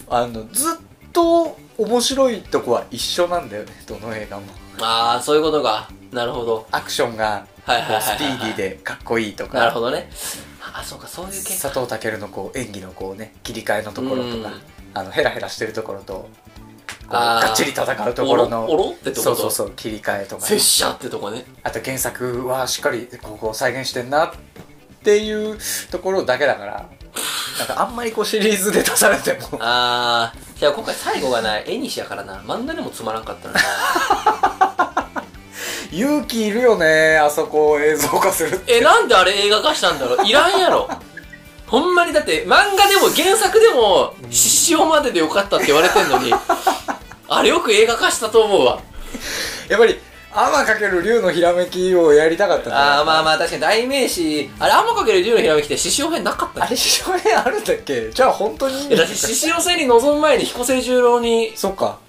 Speaker 1: あのずっと面白いとこは一緒なんだよねどの映画も
Speaker 2: ああ、そういうことか。なるほど。
Speaker 1: アクションが
Speaker 2: はいはいはい、はい。
Speaker 1: スピーディーでかっこいいとか
Speaker 2: なるほどね。ああ、そうか、そういう系
Speaker 1: 佐藤健のこう演技のこうね切り替えのところとか
Speaker 2: うん
Speaker 1: あのヘラヘラしてるところとこう
Speaker 2: あー
Speaker 1: がっちり戦うところの
Speaker 2: おろおろってとこと
Speaker 1: そうそうそう切り替えとかね、
Speaker 2: 拙者ってとこね。
Speaker 1: あと原作はしっかりここを再現してんなっていうところだけだからなんかあんまりこうシリーズで出されて も
Speaker 2: ああ。じゃあ今回最後がない。絵にしやからな。漫画でもつまらんかったな。
Speaker 1: 勇気いるよねあそこを映像化するって
Speaker 2: え、なんであれ映画化したんだろういらんやろ。ほんまにだって漫画でも原作でも獅子王まででよかったって言われてんのに、あれよく映画化したと思うわ。
Speaker 1: やっぱり天かける竜のひらめきをやりたかったんだ
Speaker 2: ああまあまあ確かに代名詞あれ天かける竜のひらめきって獅子王編なかった
Speaker 1: あ
Speaker 2: ね
Speaker 1: れ師匠編あるんだっけじゃあ本当に
Speaker 2: いやだって獅子王戦に臨む前に彦星十郎に
Speaker 1: そっか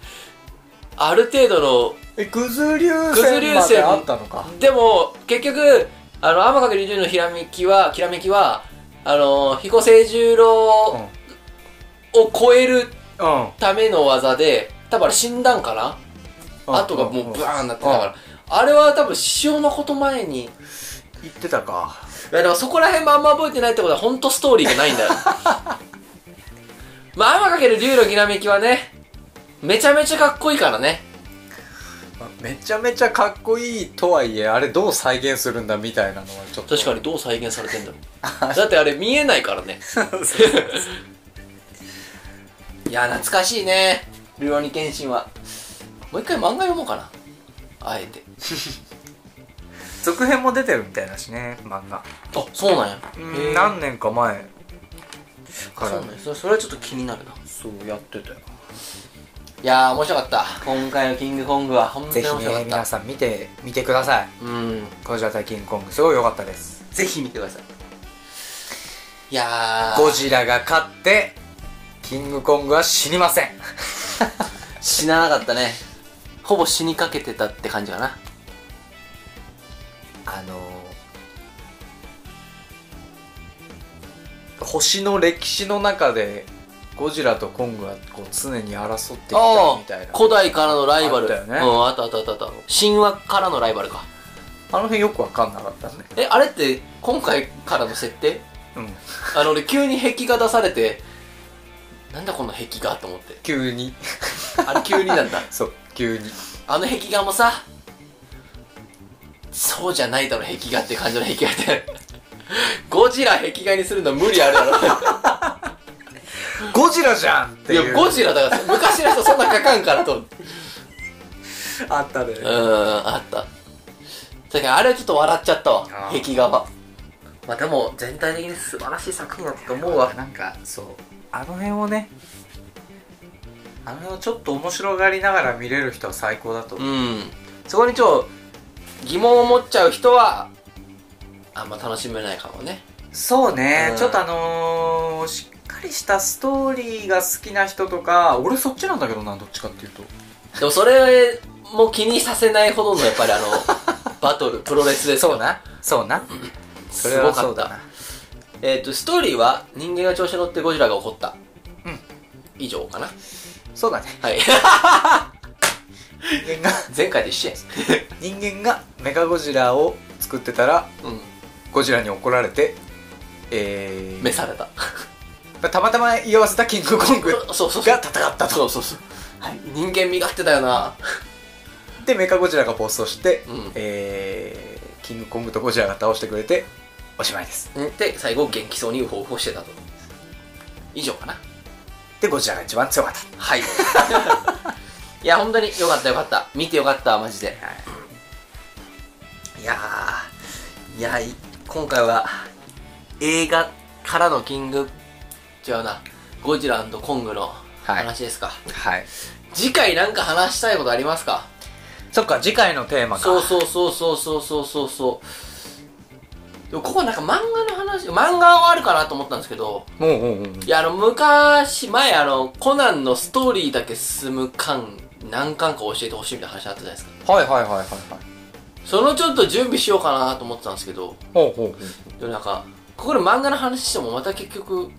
Speaker 2: ある程度
Speaker 1: え、くず流
Speaker 2: のくず流
Speaker 1: 線ま
Speaker 2: 星
Speaker 1: であったのか。
Speaker 2: でも結局あの、天かけるのひらめきは、きらめきは、あの、彦星十郎を超え
Speaker 1: う
Speaker 2: る
Speaker 1: ん
Speaker 2: ための技で、多分あれ死んだんかな後がもうブワーンなってたから、あれは多分師匠のこと前に、い
Speaker 1: 言ってたか
Speaker 2: やでもそこら辺もあんま覚えてないってことは本当ストーリーがないんだよ。 まあ、天かける竜のひらめきはね、めちゃめちゃかっこいいからね。
Speaker 1: めちゃめちゃかっこいいとはいえあれどう再現するんだみたいなのはちょっと
Speaker 2: 確かにどう再現されてんだろう。だってあれ見えないからね。 いや、懐かしいね。ルロニケンシンは。もう一回漫画読もうかな。あえて。
Speaker 1: 続編も出てるみたいだしね漫画
Speaker 2: あ、そうなんや。へー
Speaker 1: 何年か前か
Speaker 2: そう
Speaker 1: ら
Speaker 2: なんやそれ。それはちょっと気になるな。
Speaker 1: そうやってたよ
Speaker 2: いやー、面白かった。今回のキングコングは本当
Speaker 1: ぜ
Speaker 2: に
Speaker 1: ひ
Speaker 2: 面白か
Speaker 1: ね
Speaker 2: っ
Speaker 1: 皆
Speaker 2: た。
Speaker 1: さん見て見てください
Speaker 2: うん。
Speaker 1: 「ゴジラ対キングコング」すごい良かったです
Speaker 2: ぜひ見てください。いやー、
Speaker 1: ゴジラが勝ってキングコングは死にません
Speaker 2: 死ななかったね。ほぼ死にかけてたって感じかな。
Speaker 1: あのー星の歴史の中でゴジラとコングはこう常に争ってきたみたいな
Speaker 2: 古代からのライバル。
Speaker 1: あったよね
Speaker 2: うん、あったあったあったあった。神話からのライバルか。
Speaker 1: あの辺よく分かんなかったね
Speaker 2: え、あれって、今回からの設定
Speaker 1: うん
Speaker 2: あの、俺急に壁画出されて、なんだこの壁画と思って。
Speaker 1: 急 に
Speaker 2: あれ急になんだ。
Speaker 1: そう急に
Speaker 2: あの壁画もさ、そうじゃないだろ、壁画って感じの壁画で。 ゴジラ壁画にするの無理あるだろ。
Speaker 1: ゴジラじゃんって
Speaker 2: い
Speaker 1: いう
Speaker 2: や、ゴジラだから、昔の人そんな書かんから と。
Speaker 1: あったね
Speaker 2: うーん、あった。だからあれはちょっと笑っちゃったわ、
Speaker 1: あー
Speaker 2: 壁画は。まあでも、全体的に素晴らしい作品だったと思うわ。
Speaker 1: なんかそうあの辺をねあの辺をちょっと面白がりながら見れる人は最高だと
Speaker 2: う。
Speaker 1: 思うん
Speaker 2: そこにちょっと疑問を持っちゃう人は、あんま楽しめないかもね。
Speaker 1: そうね、
Speaker 2: うん
Speaker 1: ちょっとあのーしっかりしたストーリーが好きな人とか俺そっちなんだけどなどっちかっていうと
Speaker 2: でもそれも気にさせないほどのやっぱ りあの、バトル、プロレスですよ。
Speaker 1: なそうなそれ
Speaker 2: すご
Speaker 1: は
Speaker 2: か
Speaker 1: そ
Speaker 2: っ
Speaker 1: うだ
Speaker 2: た
Speaker 1: な。
Speaker 2: えっ、と、ストーリーは人間が調子に乗ってゴジラが怒った。
Speaker 1: うん。
Speaker 2: 以上かな。
Speaker 1: そうだね
Speaker 2: はい。
Speaker 1: 人間が
Speaker 2: 前回と一緒やん。
Speaker 1: 人間がメカゴジラを作ってたら
Speaker 2: う
Speaker 1: ゴジラに怒られてえ
Speaker 2: ん。
Speaker 1: ー
Speaker 2: 召された。
Speaker 1: たまたま居合わせたキングコング
Speaker 2: そうそうそう。
Speaker 1: が戦ったと
Speaker 2: そうそうそう。はい。人間身勝手だよな。
Speaker 1: でメカゴジラが暴走して、
Speaker 2: うん
Speaker 1: えーキングコングとゴジラが倒してくれておしまいです
Speaker 2: で、最後元気そうにウホウホしてたと。以上かな。
Speaker 1: でゴジラが一番強かった
Speaker 2: はい。いや、本当によかったよかった。見てよかった、マジで。いやー、いやい今回は、映画からのキング、違うな、ゴジラコングの
Speaker 1: はい
Speaker 2: 話ですか。
Speaker 1: はい
Speaker 2: 次回なんか話したいことありますか
Speaker 1: そっか次回のテーマが
Speaker 2: そうそうそうそうそうそうそうそう。でもここなんか漫画の話、漫画はあるかなと思ったんですけど、
Speaker 1: もううんうん
Speaker 2: いや、あの、昔、前、あの、コナンのストーリーだけ進む巻、何巻か教えてほしいみたいな話あったじゃないですか。
Speaker 1: はいはいはいはいはい
Speaker 2: そのちょっと準備しようかなと思ってたんですけど、
Speaker 1: ほうほうほ
Speaker 2: でもなんか、ここで漫画の話してもまた結局、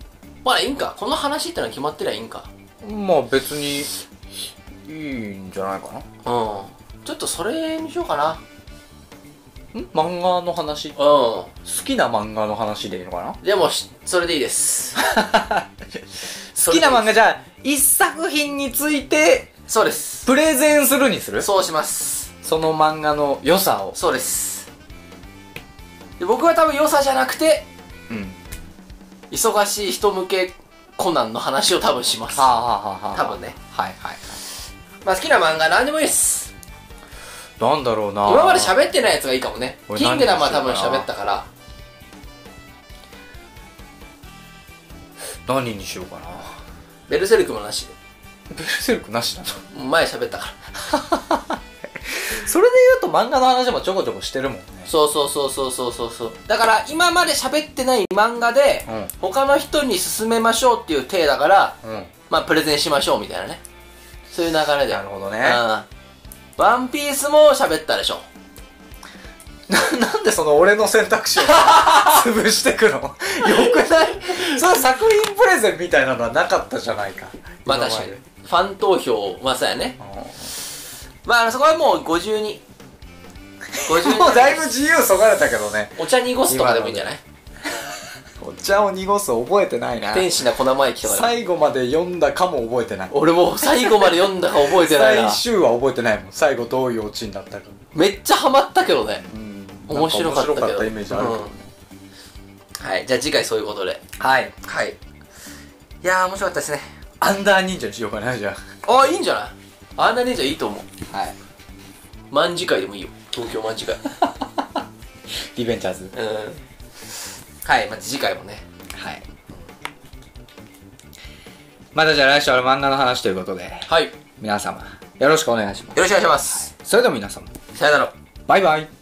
Speaker 2: まあいいんか。この話ってのは決まってりゃいいんか。
Speaker 1: うまあ別にいいんじゃないかな
Speaker 2: うん。ちょっとそれにしようかな。
Speaker 1: ん漫画の話好
Speaker 2: う。
Speaker 1: きな漫画の話でいいのかなん
Speaker 2: でもし、それでいいです。
Speaker 1: 好きな漫
Speaker 2: 画
Speaker 1: 画じゃあ一作品について
Speaker 2: そうです。
Speaker 1: プレゼンするにする
Speaker 2: そうします。
Speaker 1: その漫画の良さを
Speaker 2: そうです。で僕は多分良さじゃなくて、
Speaker 1: うん
Speaker 2: 忙しい人向けコナンの話を多分します。
Speaker 1: はあはあはあはあ
Speaker 2: 多分ね。
Speaker 1: はいはいはい
Speaker 2: まあ好きな漫画何でもいいです。
Speaker 1: なんだろうな
Speaker 2: 今まで喋ってないやつがいいかもね。
Speaker 1: 俺
Speaker 2: キングダムは多
Speaker 1: 何
Speaker 2: 分
Speaker 1: にしようかな
Speaker 2: 喋ったから。
Speaker 1: 何にしようかな
Speaker 2: ベルセルクもなしで。
Speaker 1: ベルセルクなしだな
Speaker 2: 前喋ったから。
Speaker 1: それで言うと漫画の話もちょこちょこしてるもんね
Speaker 2: そうそうそうそうそうそうそう。だから今まで喋ってない漫画で、
Speaker 1: うん
Speaker 2: 他の人に勧めましょうっていう体だから、
Speaker 1: うん
Speaker 2: まあプレゼンしましょうみたいなね。そういう流れで。
Speaker 1: なるほど
Speaker 2: う
Speaker 1: ね
Speaker 2: ん。ワンピースも喋ったでしょ。
Speaker 1: な なんでその俺の選択肢を 潰してくの よく ないその作品プレゼンみたいなのはなかったじゃないか
Speaker 2: まあ
Speaker 1: 今
Speaker 2: 確かに
Speaker 1: で
Speaker 2: ファン投票まあそうやね
Speaker 1: う
Speaker 2: まあそこはもう52 52
Speaker 1: ん もうだいぶ自由そがれたけどね
Speaker 2: お茶濁すとかでもいいんじゃない
Speaker 1: お茶を濁す覚えてないな
Speaker 2: 天使な粉ま駅とかでも
Speaker 1: 最後まで読んだかも覚えてない
Speaker 2: 俺もう最後まで読んだか覚えてないな
Speaker 1: 最終は覚えてないもん最後どういうオチになったか、
Speaker 2: めっちゃハマったけどね
Speaker 1: うん、
Speaker 2: 面白かったけど
Speaker 1: なん面白かったイメージあるけどね、
Speaker 2: はいじゃあ次回そういうことで
Speaker 1: はい
Speaker 2: はいいやー面白かったですね
Speaker 1: アンダー忍者にしようかなじゃ
Speaker 2: ああいいんじゃないあんな忍者いいと思う
Speaker 1: あはい
Speaker 2: 万次会でもいいよ東京万次会うん
Speaker 1: リベンジャーズ
Speaker 2: はいまた次回もね
Speaker 1: はいまたじゃあ来週は漫画の話ということで
Speaker 2: はいよ
Speaker 1: 皆様よろしくお願いします
Speaker 2: ろしくお願いします
Speaker 1: それでは皆様
Speaker 2: さよなら
Speaker 1: バイバイ